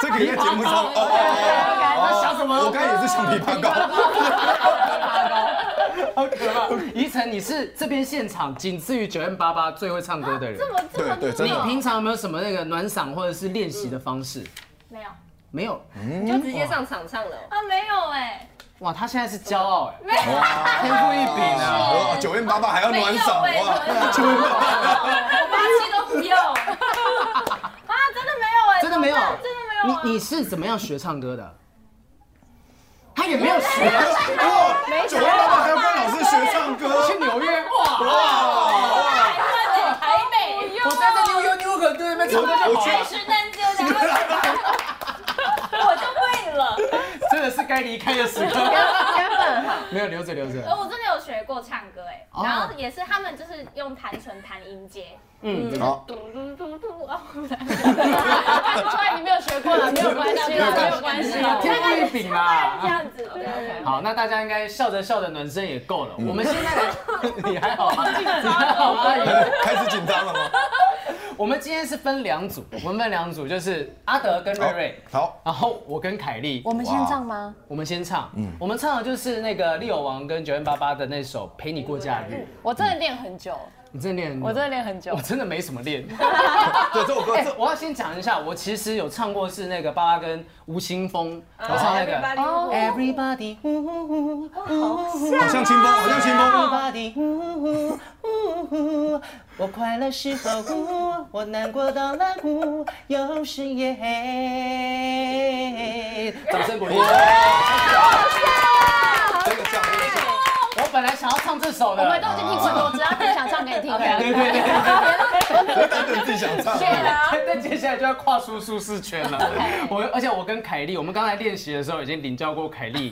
S3: 这个应该节目上哦哦
S1: 他想什么？
S3: 哦，我刚才也是橡皮爬高，
S1: 好可怕！怡晨，你是这边现场仅次于九 N 八八最会唱歌的人。
S3: 对对，真
S1: 你
S3: 的
S1: 平常有没有什么那个暖嗓或者是练习的方式？
S9: 没有
S1: 没有。
S7: 你就直接上场上了。
S9: 啊，没有哎，
S1: 哇，他现在是骄傲哎，
S3: 哇。
S1: 天赋异禀啊！
S3: 哇，九零八八还要暖嗓
S9: 没有
S3: 哇！九零八
S9: 我八七都不用。啊，真的没有哎，
S1: 真的没有
S9: 怎么办真的没有啊。
S1: 你你是怎么样学唱歌的？他也没有学，
S3: 八，哇，九零八八还要跟老师学唱歌，
S1: 去纽约哇！
S3: 哇！
S9: 台北
S1: 我在这 New York New York 对面唱歌就好了，
S9: 圣诞节两个我就会了。
S1: 真的是该离开的时刻。 没有留着留
S9: 呃，
S1: 着，
S9: 我真的有学过唱歌哎，
S1: 哦
S9: 然后也是他们就是用弹唇弹音阶，
S1: 嗯，
S3: 好，
S9: 嘟嘟嘟嘟，哦，
S5: 看不出来你没有学过了，没有关系了，没有关系了。
S1: 天赋异禀啦
S9: 这。样子。
S1: 好，那大家应该笑着笑着暖身也够 了。
S3: 哎
S1: 我们现在来，你还好吗？你还好吗？
S3: 开始紧张了吗？
S1: 我们今天是分两组，我们分两组，就是阿德跟瑞瑞，
S3: 好，
S1: 然后我跟凯莉，
S5: 我们先
S3: 哇
S5: 唱吗？
S1: 我们先唱，我们唱的就是那个利友王跟九零八八的那首《陪你过假日》。
S5: 我真的练很久，
S1: 你真的练？
S5: 我真的练很久
S1: 我。真的没什么练。
S3: 对这首歌
S1: 哎
S3: 这
S1: 我要先讲一下，我其实有唱过是那个八八跟吴青峰，我
S10: 然后
S1: 唱那个 Everybody，
S5: 哎
S3: 好
S5: 啊
S3: 像清风，好像清风，
S1: Everybody，呜呜呜，我快乐时候呜，我难过到了呜，有时也嘿。掌声鼓励！
S3: 这个像这个像
S1: 我本来想要唱这首的，
S5: 我们都已经听过很多，只要自己想唱给你听。
S1: 对对对对。
S3: 我等等自己想唱。
S1: 但接下来就要跨出舒适圈了。我而且我跟凯莉，我们刚才练习的时候已经领教过凯莉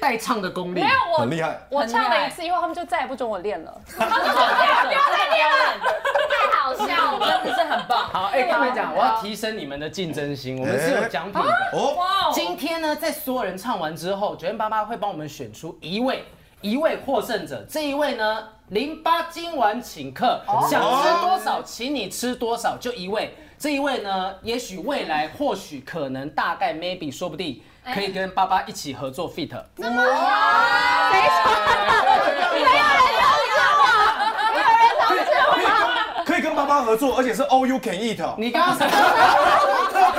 S1: 带唱的功力
S5: 没。有我
S3: 很厉害
S5: 我唱
S7: 很厉
S5: 了
S7: 害
S5: 一次以后，他们就再也不准我练了。
S7: 不要再念了，太好笑了，真的是很棒。
S1: 好，哎，刚才讲我要提升你们的竞争心，我们是有奖品的。
S3: 哦，
S7: 哇哦，
S1: 今天呢，在所有人唱完之后，九天八八会帮我们选出一位一位获胜者。这一位呢，零八今晚请客，
S5: 哦
S1: 想吃多少请你吃多少，就一位。这一位呢，也许未来或许可能大概 maybe 说不定
S5: 哎
S1: 可以跟八八一起合作 fit。
S3: 可以跟爸爸合作，而且是 All You Can Eat 哦。
S1: 你刚刚什么？
S3: 不是，他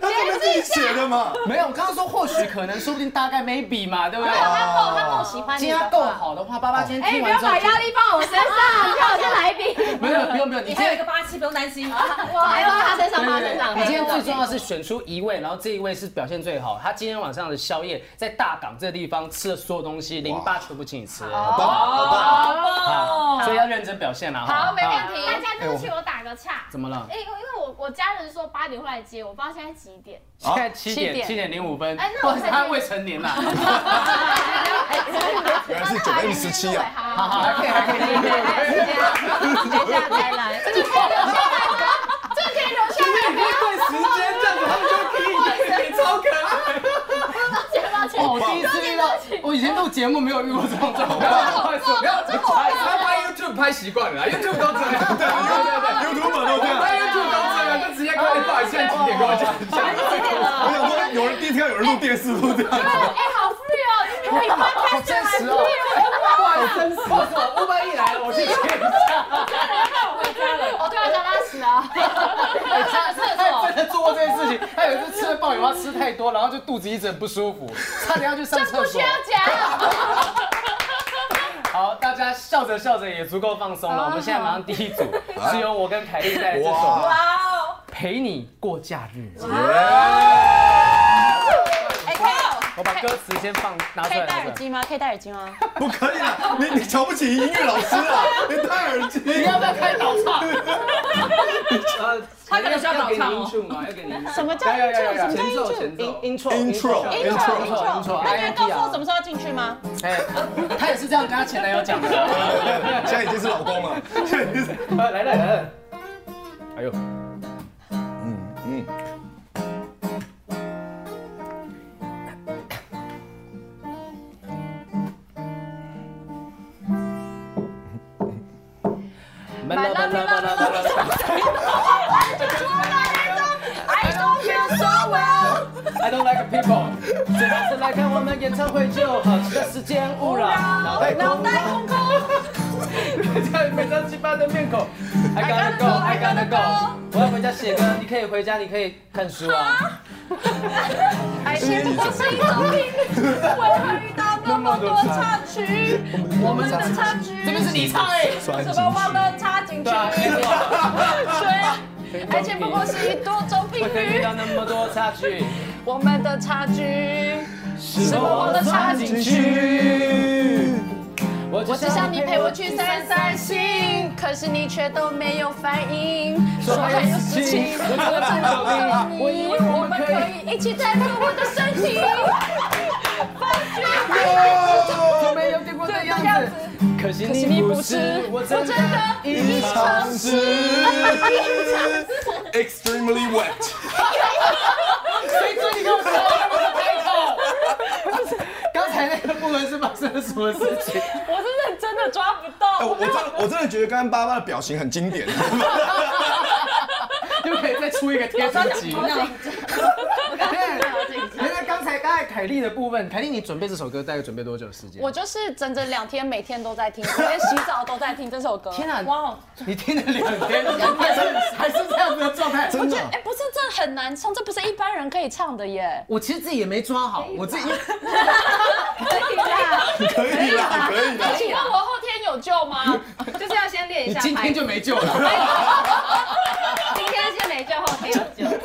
S3: 这边自己写的嘛。
S1: 没有，我刚刚说或许可能，说不定大概 maybe 嘛，对不对？
S5: 够哎他够喜欢
S1: 今
S5: 你
S1: 天
S5: 的
S1: 他够好的话，爸爸今天
S5: 哎，
S1: 听
S5: 不
S1: 完
S5: 要
S1: 之后
S5: 把
S1: 就，
S5: 压力放我身上，你看我是来宾，
S1: 没有，不用不用，你
S7: 你
S1: 今
S7: 还有一
S1: 天
S7: 个八七，不用担心。
S5: 我还放他身上，放他身上。
S1: 你今天最重要的是选出一位，然后这一位是表现最好。他今天晚上的宵夜在大港这地方吃的所有东西，零八全部请你吃，
S3: 好棒，好棒。
S5: 哦
S1: 好所以要认真表现了哈。
S11: 好，没问题。大
S1: 好
S3: 哎
S11: 家对不起，我打个岔。
S1: 怎么了？
S11: 因为因为我我家人说八点会来接我，不知道现在几点。
S1: 现在七点七
S5: 七
S1: 点零五分
S11: 哎，那
S1: 不
S11: 我
S1: 然他未成年啦。
S3: 原来是九 M 十七啊。
S1: 好好，
S11: 好
S1: 还可以还可以。
S5: 等一下再来，
S11: 这个可以留下来吗？这个可以留下来吗？
S1: 对时间这样子，他们就可以，你超可爱。
S11: 抱歉抱歉，
S1: 哦，我第一次遇到，我以前录节目没有遇过这种状况。
S4: 没有，拍他拍 YouTube 拍习惯了啊，YouTube 都这样，对对对
S3: YouTuber 都这
S4: 对，
S3: 样。
S4: 拍 YouTube 都这样，就直接跟你报现在几点跟我讲一下。
S3: 我想说，有人第一次看有人录电视录这样子。
S11: 哎，好 free 哦，你可以翻开这来 free 哦。
S1: 不好意思，不好意思，我五百一来了，我去接一下。
S11: 哦，对啊，想拉屎 啊。
S1: 上厕所真的做过这件事情，他有一次吃了爆米花吃太多，然后就肚子一直很不舒服，差点要去上厕所。
S11: 讲。
S1: 好，大家笑着笑着也足够放松了。
S5: 啊
S1: 我们现在马上第一组是由我跟凯莉带来这首《
S3: 哇，
S1: 陪你过假日》，
S5: 哎
S1: 我把歌词先放拿
S5: 可
S1: 出来
S5: 以戴
S1: 拿
S5: 耳
S1: 出来。
S5: 机吗？可以戴耳机吗？
S3: 不可以啊！你你瞧不起音乐老师啊？你戴耳机。
S1: 你要不要开导唱？
S4: 呃，
S7: 他可能需要早唱哦。
S4: 嘛，要给你 intro
S5: 什么叫
S4: 要要
S5: intro？
S4: 要
S5: 什
S4: 要
S5: 么叫
S4: 前奏前
S5: intro？
S4: 奏
S1: intro
S3: Intro
S1: intro
S5: intro
S1: intro，
S5: 那你要告诉我什么时候要进去吗？
S1: 哎，他也是这样跟他前男友讲的。
S3: 哎现在已经是老公了，现在已经是……
S4: 啊 来来来来，哎呦，
S3: 嗯嗯，
S1: My love, my love, my love, my love. I don't like people，最好是来看我们演唱会就好，其他时间勿扰。脑袋空空空，每张每张鸡巴的面孔。I gotta go, I gotta go，我要回家写歌，你可以回家，你可以看书啊。
S3: 今天你怎么
S1: 那么多插曲，我们的插曲，这边是你唱哎，
S3: 穿进
S5: 我忘
S3: 去？
S5: 了插进去
S1: 对，啊，没
S5: 啊
S1: 错
S5: 对，而且哎不过是一多种频
S1: 不可以遇
S5: 率
S1: 到，那么多插曲，
S5: 我们的差距。
S1: 是
S5: 我的插曲
S1: 进去。我
S5: 我只想你陪我去散散心，可是你却都没有反应，说还有事情，我真的不你，我以为我们可以一起探索我的身 体。
S1: 从没有见过的样子。可惜你不是，我真的一场。
S3: 湿，extremely wet。
S1: 谁准你跟我说那么多开口？刚才那个部分是发生了什么事情？
S5: 我是认真的抓不到
S3: 哎，我我真的我真的觉得刚刚爸爸的表情很经典。
S1: 就可以再出一个贴专辑。
S7: 好紧张
S1: 原来刚才刚才凯莉的部分，凯莉你准备这首歌大概准备多久时间？
S5: 我就是整整两天，每天都在听，我连洗澡都在听这首歌。
S1: 天哪，
S7: 哇哦，
S1: 你听了两天，还是还是这样子的状态，
S5: 我觉得哎、不是这很难唱，这不是一般人可以唱的耶。
S1: 我其实自己也没抓好，我自己
S7: 可以啦，
S3: 可以啦，可以啦。
S11: 请问
S7: 哦
S11: 我后天有救吗？
S7: 就是要先练一
S4: 你
S7: 下。
S4: 今天就没救了。
S7: 今天先没叫，后天有就练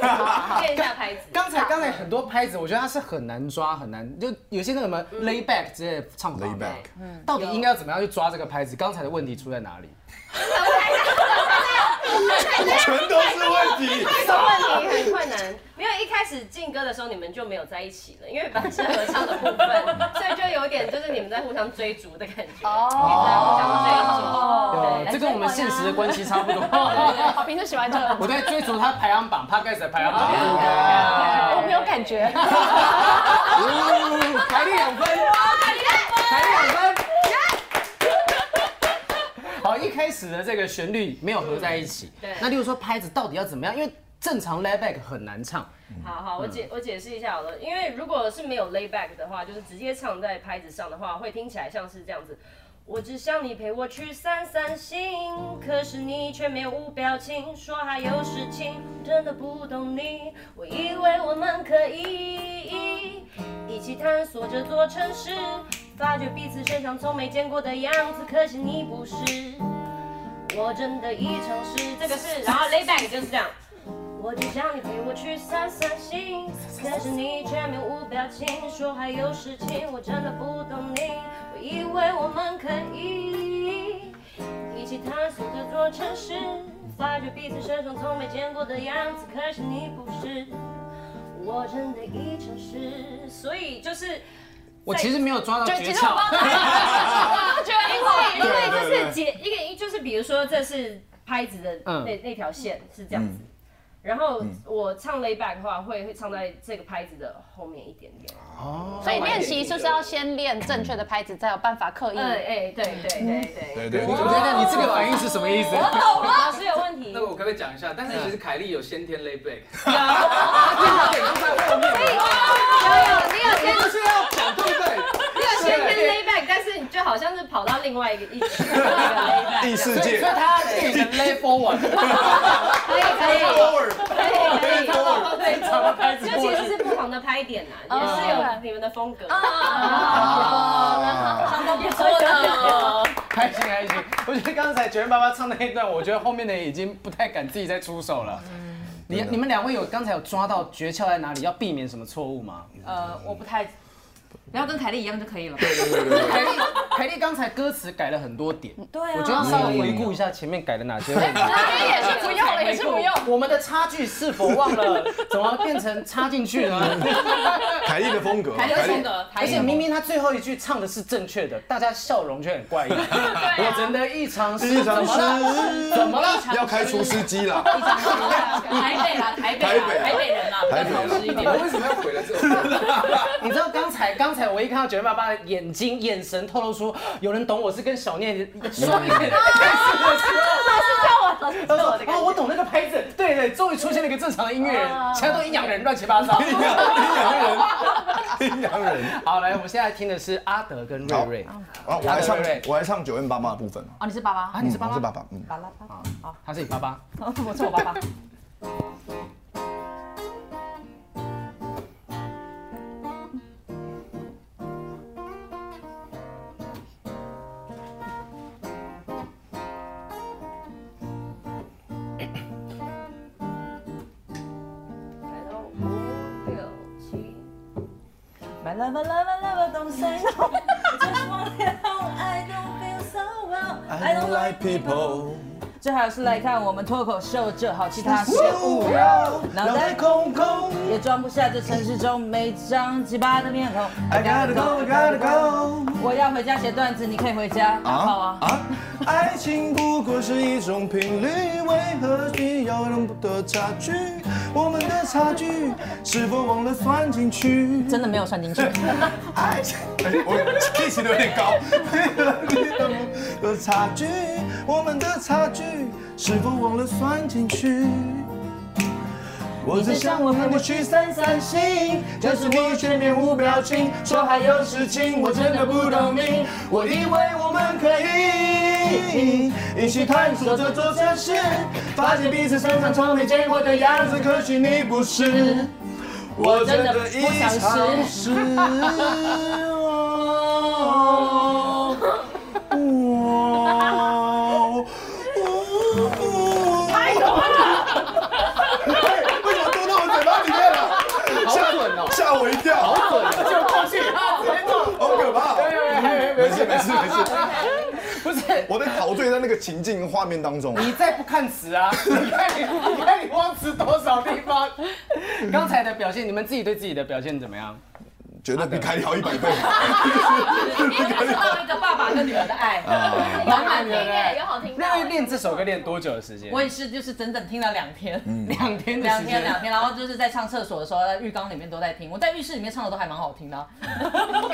S7: 一下拍子。
S1: 刚才刚才很多拍子，我觉得它是很难抓，很难，就有些那个什么 lay back 之类的唱法
S3: Lay back
S1: 到底应该要怎么样去抓这个拍子？刚才的问题出在哪里？
S3: 全都是问题。
S7: 什么问题很困难？没有，一开始进歌的时候你们就没有在一起了，因为本来是合唱的部分，所以就有点就是你们在互相追逐的感觉。哦，互相追
S1: 对，
S7: 逐。
S1: 哦这跟我们现实的关系差不 多。
S5: 好平就喜欢这个，
S1: 我在追逐他排行榜 p o d c a s 的排行 榜。
S5: 我没有感觉。
S1: 哦凯莉两分，凯莉两分。好，一开始的这个旋律没有合在一起。
S7: 对
S1: 那例如说拍子到底要怎么样？因为正常 lay back 很难唱。
S7: 好好，我解我解释一下好了，因为如果是没有 lay back 的话，就是直接唱在拍子上的话，会听起来像是这样子。我只想你陪我去散散心，可是你却没有无表情，说还有事情，真的不懂你。我以为我们可以一起探索这座城市，发觉彼此身上从没见过的样子，可惜你不是。我真的已尝试，这个是，然后 lay back 就是这样。我只想你陪我去散散心，可是你却面无表情，说还有事情，我真的不懂你。我以为我们可以一起探索这座城市，发觉彼此身上从没见过的样子，可是你不是，我真的已诚实。所以就是
S1: 我其实没有抓到
S5: 对，
S1: 诀
S5: 其实我帮
S1: 窍。
S5: 他，我觉得因为
S7: 因
S3: 对
S7: 为就
S3: 对
S7: 是解一个，就是比如说这是拍子的
S1: 嗯
S7: 那、那条线是这样子，然后我唱 lay back 的话会会唱在这个拍子的后面一点点。
S5: 所以练习就是要先练正确的拍子，才有办法刻意。
S7: 嗯，哎，对对对
S3: 对对
S7: 对，
S3: 对
S1: 等一下，你这个反应是什么意思？
S7: 老师有问题
S4: 那。我可不可以讲一下？但是其实凯莉有先天 lay back，
S7: 有有，你有先
S4: 不是要讲对不对？
S7: 你有先跟 lay back，但是你就好像是跑到另外一个一区 的 lay back。
S3: 异世
S1: 所以
S3: 界
S1: 他练的 lay forward，
S7: 可以可以
S3: ，forward，
S7: 可以可以，
S1: 开
S7: 对，就哦其实是不同的拍点呐，也是有你们的风格。
S3: 啊，
S7: 唱的不错的。
S1: 开心开心。我觉得刚才九元爸爸唱那一段，我觉得后面的已经不太敢自己再出手了。
S3: 嗯
S1: 你
S3: 真的
S1: 你们两位有刚才有抓到诀窍在哪里？要避免什么错误吗？
S7: 呃，我不太，
S2: 不要跟凯莉一样就可以了。
S1: 凯莉，凯莉刚才歌词改了很多点，
S7: 对啊
S1: 我觉得要稍微回顾一下前面改了哪些 问题。
S5: 这也是不用了，也是不用。
S1: 我们的差距是否忘了，怎么变成插进去 呢？
S3: 凯莉的风格，
S2: 凯莉的风格，
S1: 而
S2: 而
S1: 且
S2: 且
S1: 明明他最后一句唱的是正确的，大家笑容却很 怪异。
S7: 啊
S1: 我真的异常是
S3: 异常
S1: 怎么了？
S3: 师
S1: 怎么了？
S3: 要开除司机啦，
S2: 台北啦，台北
S3: 台
S2: 啦，
S3: 北啊
S2: 台北人啦，比
S3: 台
S2: 较
S3: 北
S2: 老实一
S4: 你
S2: 点。
S4: 们为什么要毁了这首歌？
S1: 你知道刚才刚才我一看到九月爸爸的眼睛眼神透露出有人懂我是跟小念双眼
S7: 老师
S1: 他说
S7: 我的感
S1: 哦，我懂那个拍子，对对，终于出现了一个正常的音乐人，
S7: 啊
S1: 其他都阴阳人乱七八糟。
S3: 阴阳人，阴阳人。
S1: 好，来，我们现在听的是阿德跟瑞瑞啊，
S3: 啊，我还唱
S1: 对对，对
S3: 我还唱九院爸妈的部分嘛。
S2: 哦，你是爸爸，
S1: 你是爸
S3: 嗯我
S1: 爸，
S3: 是爸爸，嗯。
S2: 爸爸，爸
S1: 他是你爸爸。
S2: 爸，我是我爸爸。
S7: 五六七。
S2: My love, my love, my love, don't say no. I just want it all. I don't feel so well.
S3: I don't like people.
S2: 最好是来看我们脱口秀这好其他事勿
S3: 勿
S2: 扰
S3: 扰，
S2: 脑袋空空也装不下这城市中每张鸡巴的面孔。
S3: I gotta go, I gotta go。
S2: 我要回家写段子，你可以回家。然后啊，
S3: 啊！爱情不过是一种频率，为何需要那么的差距？我们的差距是否忘了算进去？
S2: 真的没有算进去。
S3: 爱情，哎我 K 级有点高。为何你那么的差距，我们的差距是否忘了算进去？我只想我陪我去散散心，可是你却面无表情，说还有事情，我真的不懂你。我以为我们可以一起探索这座城市，发现彼此身上从没见过的样子，可惜你不是。我真的一场失望。太有为什么嘟到我嘴巴里面了？
S1: 好准哦，
S3: 吓我一跳，好
S1: 准哦，就过去了，直接撞。
S3: 可怕哦！没事没事没事，
S1: 不是，
S3: 我在陶醉在那个情境画面当中。
S1: 你再不看词啊，你看你，你看你忘词多少地方。刚才的表现，你们自己对自己的表现怎么样？
S3: 绝对比凯莉好一百倍。
S10: 知道一个爸爸跟女儿的爱。
S11: 有好听耶，有好听到
S1: 那
S11: 耶。
S1: 要练这首歌练多久的时间？
S2: 我也是，就是整整听了两天，
S1: 两 天的
S2: 两
S1: 时
S2: 天
S1: 间。
S2: 两天，然后就是在上厕所的时候，在浴缸里面都在听。我在浴室里面唱的都还蛮好听的啊、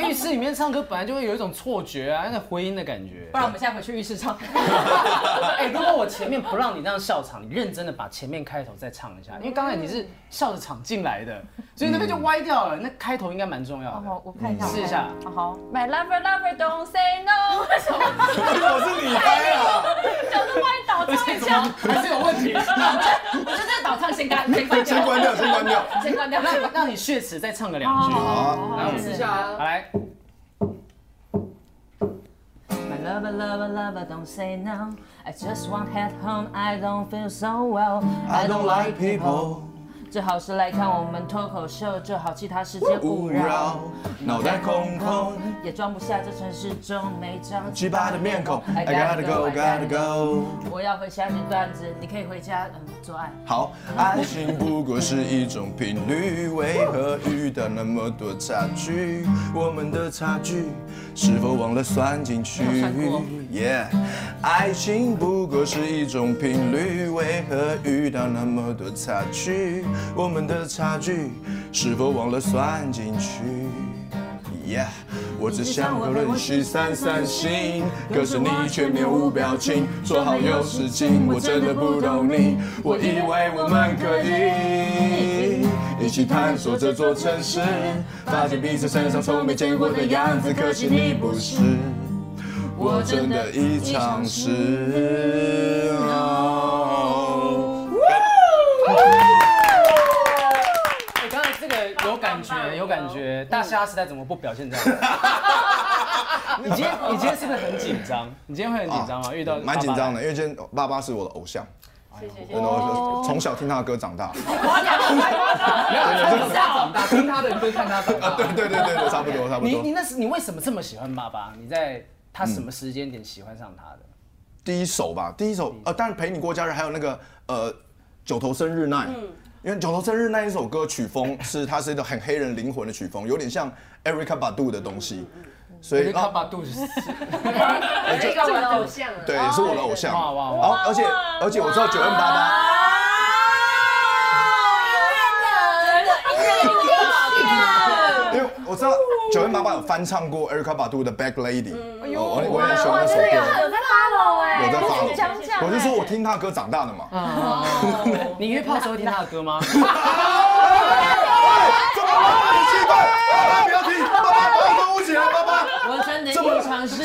S1: 浴室里面唱歌本来就会有一种错觉啊，那个回音的感觉
S2: 不。然我们现在回去浴室 唱。
S1: 哎、如果我前面不让你这样笑场，你认真的把前面开头再唱一下，因为刚才你是笑着场进来的，所以那边就歪掉了。那开头应该蛮重要的，嗯
S2: 好，哦我看一下，
S1: 试一 下。
S2: 好好。
S11: My lover, lover, don't say no。为 什么？
S3: 我是你拍啊！
S11: 想着歪倒唱一下，
S1: 还是有问 题，
S2: 我觉得这个导唱先干，先关
S3: 先
S2: 掉，
S3: 关掉，先关掉。
S2: 先关掉。
S1: 让让你血池再唱个两句。
S2: 哦
S3: 好，
S1: 来，我们
S4: 试一下啊。
S1: 好来，
S2: My lover, lover, lover, don't say no. I just want head home. I don't feel so well. I don't like people. 最好是来看我们脱口秀，就好其他世界勿扰。
S3: 脑袋空空，
S2: 也装不下这城市中每张
S3: 鸡巴的面孔。I gotta go, gotta go。
S2: 哎我要回家写段子，你可以回家嗯做爱。
S3: 好，爱情不过是一种频率，为何遇到那么多差距？我们的差距是否忘了算进去
S2: 没有算过？
S3: 耶，爱情不过是一种频率，为何遇到那么多差距？我们的差距是否忘了算进去？耶，我只想和你去散散心，可是你却面无表情，说好有事情，我真的不懂你。我以为我们可以一起探索这座城市，发现彼此身上从没见过的样子，可惜你不是。我真的一场失望。
S1: 哎，刚才这个有感觉，有感觉。大虾时代怎么不表现这 样？你今天你今天是不是很紧张？你今天会很紧张吗？啊遇到
S3: 啊哦蛮紧张
S1: 的。
S3: 的，因为今天爸爸是我的偶像，
S7: 谢谢谢
S3: 真
S7: 谢
S3: 的，。
S1: 哦
S3: 我从小听他的歌长 大。
S4: 没有，从小长大，听他的歌，看他长大。
S3: 啊对对对对，差不多差不
S1: 你你
S3: 多。
S1: 那时你为什么这么喜欢爸爸？你在他什么时间点喜欢上他的？
S3: 嗯第一首吧，第一首呃，当然陪你过家人，还有那个呃九头生日那，因为九头生日那一首歌曲风是它是一种很黑人灵魂的曲风，有点像 Erica Badu 的东西，所以
S1: 他
S3: 啊
S1: 把肚子
S7: 这个我的偶像啊。
S3: 对是我的偶像，
S1: 哇哇哇
S3: 然后而且而且我知道九 N 八八。因为我知道九零八八有翻唱过 Erica Badu 的 Back Lady，我我我也很喜欢那首
S11: 真的有
S3: 歌，
S11: 有在 follow 哎，
S3: 有在
S11: 我
S3: follow
S11: 只是讲讲哎。
S3: 我就说我听他歌长大的嘛。
S1: 你约炮的时候会听他的歌吗？
S3: 这么浪漫的气氛，爸爸不要停，爸爸把我勾起来，爸爸
S2: 我真的一场失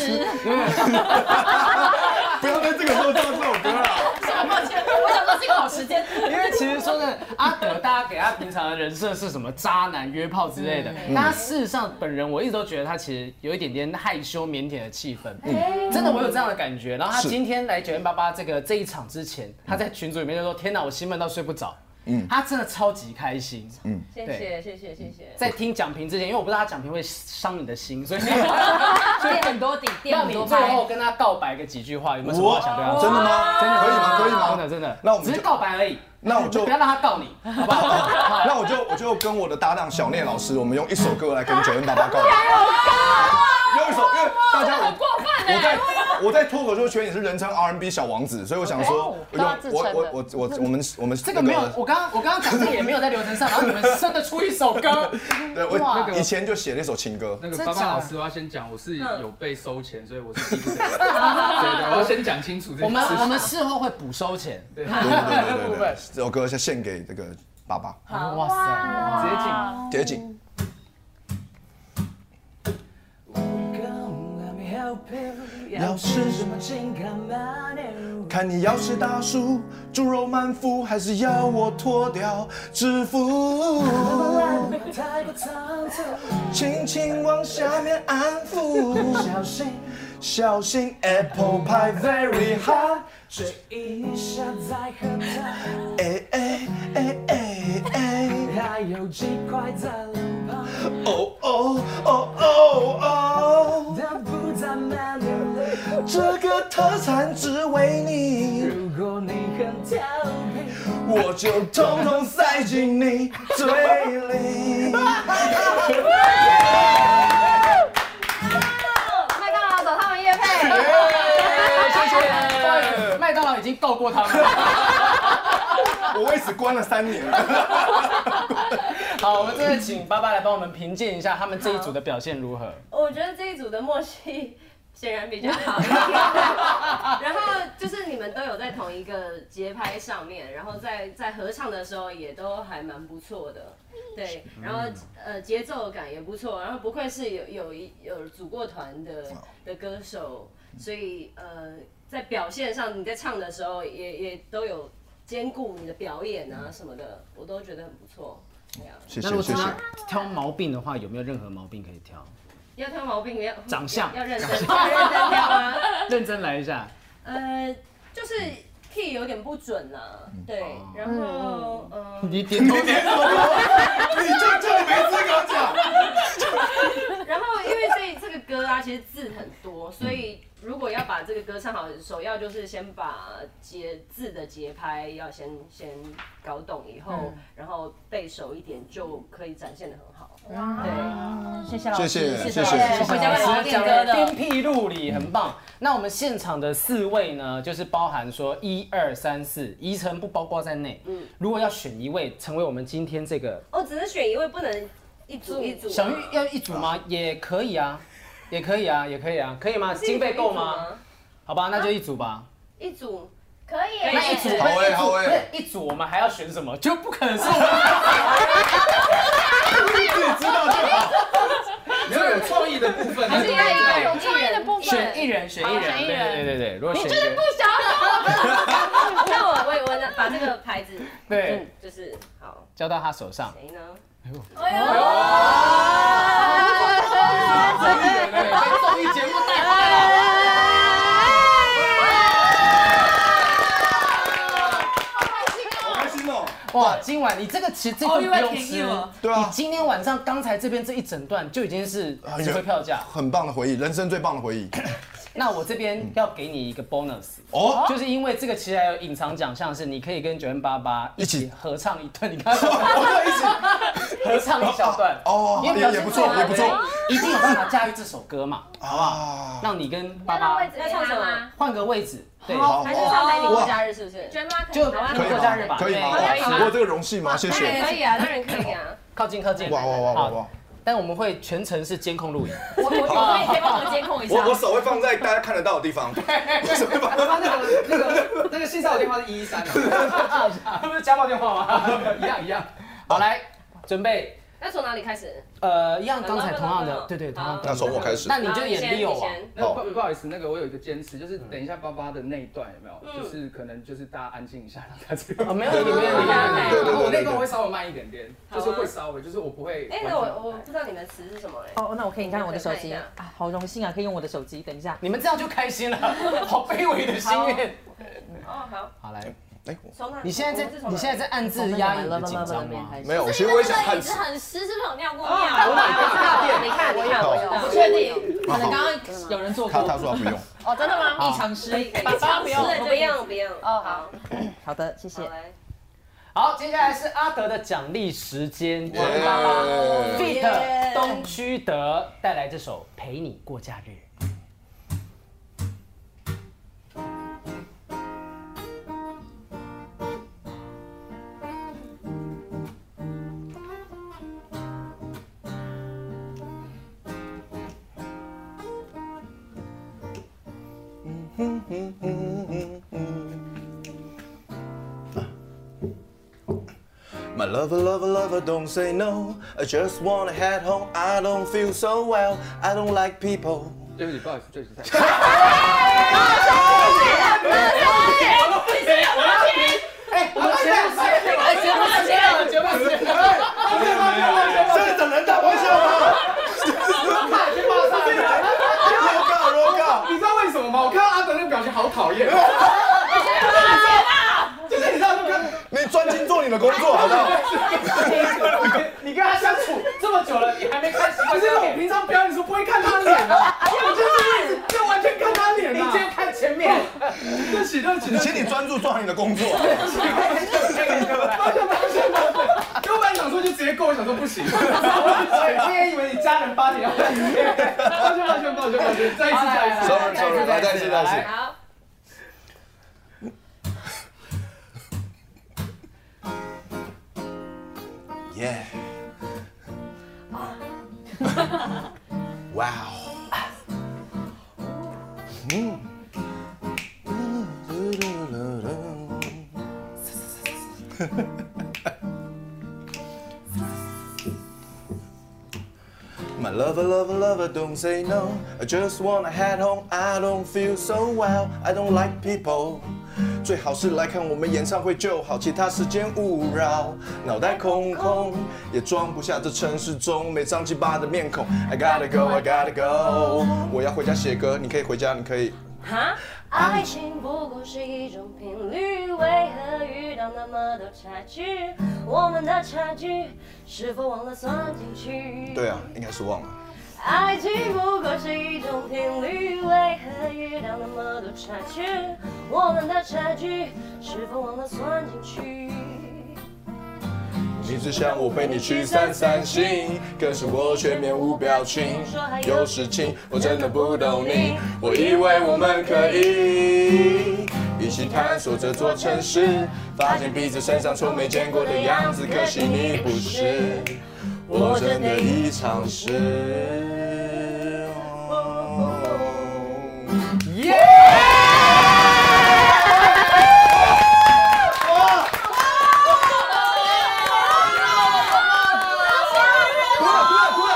S3: 不要在这个时候唱这首歌了。
S2: 望，抱歉，我想说这个好时间。
S1: 因为其实说真的，阿德大家给他平常的人设是什么渣男、约炮之类的，但他事实上本人我一直都觉得他其实有一点点害羞、腼腆的气氛，嗯真的我有这样的感觉。然后他
S3: 是
S1: 今天来九零八八这个这一场之前，他在群组里面就说：“天哪，我兴奋到睡不着。”嗯，他真的超级开心。嗯，
S7: 谢谢谢谢谢谢。
S1: 在听讲评之前，因为我不知道他讲评会伤你的心，所以
S2: 垫很多底，垫
S1: 让
S2: 很
S1: 你
S2: 多
S1: 最
S2: 拍。
S1: 后跟他告白个几句话，有没有什么话想对他说？
S3: 真的吗？
S1: 真的
S3: 可以吗？可以
S1: 真的
S3: 吗？
S1: 真的，
S3: 那我们
S1: 只是
S3: 就
S1: 告白而已，
S3: 那我就
S1: 不要让他告你，好 不好？
S3: 那我就我就跟我的搭档小聂老师，我们用一首歌来跟九恩爸爸告白。用一首，因为大家我我在我在脱口秀圈也是人称 R&B 小王子，所以我想说，用
S5: 他自称
S3: 我
S5: 的
S3: 我我我我们我们
S1: 这个没有，我刚刚我刚刚讲这个也没有在流程上，然后你们真的出一首 歌，
S3: 对
S1: 哇
S3: 我以前就写了一首情歌，
S4: 那个爸爸老师，我要先讲，我是有被收钱，所以我是第一个。对对，我要先讲清楚这
S1: 我
S4: 件
S1: 们
S4: 事
S1: 我
S4: 情。
S1: 们事后会补收钱，对，
S3: 对对对对
S1: 部
S3: 对
S1: 分
S3: 对，这首歌先献给这个爸爸，
S1: 哇塞，
S4: 直接进。
S3: 叠紧，
S1: 要吃什么？
S3: 看你要吃大叔猪肉满腹，还是要我脱掉制服，轻轻往下面安抚，小心小心 apple pie very hot，哎哎哎哎哎。哦哦哦哦哦！这个特产只为你，我就统统塞进你嘴里。
S5: 麦当劳找他们夜配。
S1: 谢 谢。麦当劳已经告过他们了。
S3: 我为此关了三年。
S1: 好，我们这边请爸爸来帮我们评鉴一下他们这一组的表现如何。
S7: 我觉得这一组的默契显然比较好， 然后就是你们都有在同一个节拍上面，然后在在合唱的时候也都还蛮不错的，对，然后呃节奏感也不错，然后不愧是有有一有组过团的的歌手，所以呃在表现上你在唱的时候也也都有兼顾你的表演啊什么的，我都觉得很不错。对啊
S3: 谢
S1: 那如果只要挑毛病的话，有没有任何毛病可以挑？
S7: 要挑毛病，要
S1: 长相
S7: 要认真，要认真挑啊。
S1: 认真来一下。
S7: 呃，就是 key 有点不准啦、
S1: 嗯
S7: 对，然后嗯、
S1: 你点头。
S3: 你就这里没资格讲。
S7: 呃然后因为这这个歌啊，其实字很多，所以如果要把这个歌唱好，首要就是先把节字的节拍要先先搞懂，以后、然后背熟一点就可以展现的很好。
S2: 谢谢老师，
S3: 谢谢
S2: 老师
S3: 谢谢
S2: 我回家帮我点歌
S1: 颠
S2: 的。
S1: 屁入里，很棒。那我们现场的四位呢，就是包含说一二三四，宜晨不包括在内。嗯，如果要选一位成为我们今天这个
S7: 哦，只是选一位，不能一组一组。啊
S1: 小玉，要一组吗？也可以啊，也可以啊，也可以啊，可以吗？经费够吗？？好吧，那就一组吧。
S7: 一组。
S11: 可以
S1: 那一
S11: 耶，
S1: 组，
S3: 好欸好欸
S1: 不是一组我们还要选什么？就不可能是我们。
S3: 自己知道就好。
S4: 你要有创意的部分，还
S11: 另外一个有创意的部
S1: 选
S11: 分。
S1: 一人，选一人，
S11: 选一
S1: 对
S11: 人
S1: 对对对，如果选一
S11: 你就是
S1: 人
S11: 不，想要
S7: 那我我我把这 个牌子，嗯
S1: 对，，
S7: 就是好，
S1: 交到他手上。
S7: 谁呢？
S11: 我哟，
S4: 综艺节目带坏了。
S3: 好开心哦。
S1: 哇，今晚你这个其实这
S2: 哦
S1: 顿
S2: 又
S1: 不
S2: 要
S1: 用
S2: 便宜
S1: 吃
S2: 了，
S3: 对啊
S1: 你今天晚上刚才这边这一整段就已经是
S3: 哎
S1: 值
S3: 呀
S1: 回票价。
S3: 很棒的回忆，人生最棒的回忆。
S1: 那我这边要给你一个 bonus，
S3: 哦，
S1: 就是因为这个其实还有隐藏奖项，是你可以跟九零八八一
S3: 一
S1: 起
S3: 起
S1: 合唱一段，你刚才
S3: 我在一起。
S1: 合唱一小段
S3: 哦
S1: 因为表
S3: 也
S1: 现
S3: 也不错
S1: 最好
S3: 也不错
S1: 的人一定有办法驾驭这首歌嘛，好不好？
S3: 啊，
S1: 让你跟爸
S11: 爸爸
S1: 爸
S11: 位置给他吗？
S1: 换个位置，对，
S3: 好
S7: 还是唱美女过假日是不是？
S11: 觉得妈可以
S1: 就
S11: 吗
S1: 可
S3: 可以
S1: 过假日
S3: 吗
S1: 吧？？
S3: 可以吗？
S1: 对
S3: 哇我有这个荣幸吗？谢
S7: 当然
S3: 谢。
S7: 可以啊，当然可以啊。
S1: 靠近靠近，
S3: 哇哇哇哇哇
S1: 好！！但我们会全程是监控录影，
S4: 啊
S2: 我我我也可以帮我监控一下。
S3: 我我手会放在大家看得到的地 方。我手会放
S4: 他那个那个那个线上的电话是一一三啊，
S1: 他不是家暴电话 吗？
S4: 一样一样。
S1: 好，来准备，
S7: 那从哪里开始？
S1: 呃，一样刚才同样
S7: 好
S1: 的，
S7: 好
S1: 对对，
S7: 好
S1: 同样
S3: 那
S1: 的。
S3: 从我开始。
S1: 那你就演六啊
S7: 好你，先
S4: 那
S3: 好
S4: 不不好意思，那个我有一个坚持，就是等一下巴巴的那一段有没有？就是可能就是大家安静一下，让他这个。
S1: 哦，没有没有没有没有。
S3: 对对对
S4: 然后
S3: 对
S4: 我那段
S3: 对
S4: 我会稍微慢一点点，就是会稍微，就是我不会
S7: 哎
S4: 完，全
S7: 那
S4: 跑开。
S7: 我我不知道你们词是什么哎。
S2: 哦，那我可以看我的手
S7: 我可以看一
S2: 机
S7: 下
S2: 啊，好荣幸啊，可以用我的手机。等一下，
S1: 你们这样就开心了，好卑微的心愿。
S7: 哦，好，
S1: 好来，
S3: 哎、我
S10: 从哪里
S1: 你现在
S10: 我
S1: 在
S10: 是从哪里
S1: 你现在在暗自压抑你的紧张吗？
S3: 没有，其实我也想
S11: 那个
S3: 看
S11: 椅
S3: 死
S11: 子。很湿，是不是有尿过
S10: 啊
S11: 尿？
S10: 我哪有大便？你看，你看，我有，我确定。
S2: 可能刚刚有人做
S3: 他
S2: 过
S3: 他说他不 用，
S2: 哦，真的吗？异常失忆，
S10: 不用，不用，不用。哦，好，
S2: 好的，谢谢
S10: 好。来。
S1: 好，接下来是阿德的奖励时间
S3: 耶
S1: ，Fit 东区德带来这首《陪你过假日》。
S3: My lover, lover, lover, don't say no. I just wanna head home. I don't feel so well. I don't like people.
S4: 对不起，不好意思，对不起，
S1: 我们节目时间
S2: 哎
S1: 了，节目时间了，节目时间了，
S3: 这等人打我笑 吗？
S1: 快去报上来！
S3: 我告我告，
S1: 你知道为什么吗？我看到阿德那个表情好讨厌。就是你知道，就跟
S3: 你专心做你的工作，好不好？
S1: 你你跟他相处这么久了，你还没看习惯。可是我平常表演时候不会看他脸啊，我就是就完全看他脸。你今天看前面，对不起，对不起，
S3: 你请你专注做好你的工作。
S1: 跟本来想说就直接够，我想说不行。我也以为你家人八点要来，抱歉抱歉抱歉抱歉，再一次再一次。
S3: Sorry, sorry，来再一次，再一次。
S10: 好，
S3: Yeah. wow. Mm. My lover, lover, lover, don't say no. I just wanna head home. I don't feel so well. I don't like people. 最好是来看我们演唱会就好，其他时间勿扰。脑袋空空，也装不下这城市中每张鸡巴的面孔。I gotta go, I gotta go。我要回家写歌，你可以回家，你可以。
S10: 哈，
S5: 爱情不过是一种频率，为何遇到那么多差距？我们的差距是否忘了算进去？
S3: 对啊，应该是忘了。
S5: 爱情不过是一种频率，为何遇到那么多差距？我们的差距是否忘了算进去？
S3: 你只想我陪你去散散心，可是我却面无表情。有事情我真的不懂你，我以为我们可以一起探索这座城市，发现彼此身上从没见过的样子。可惜你不是，我真的已尝试。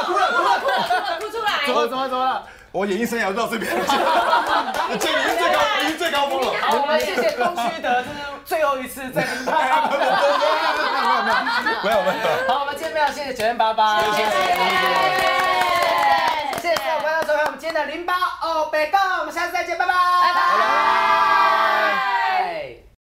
S10: 哭出来。
S1: 么怎么怎么了？
S3: 我演艺生涯到这边， 这已经最高，已经最高峰了。
S1: 我们谢谢东区德，这是最后一次在明 派。
S3: 没有没有。
S1: 好，我们见面了，谢谢九天八八，谢谢谢谢观众收看我们今天的零八哦北杠，我们下次再见，拜拜，拜拜。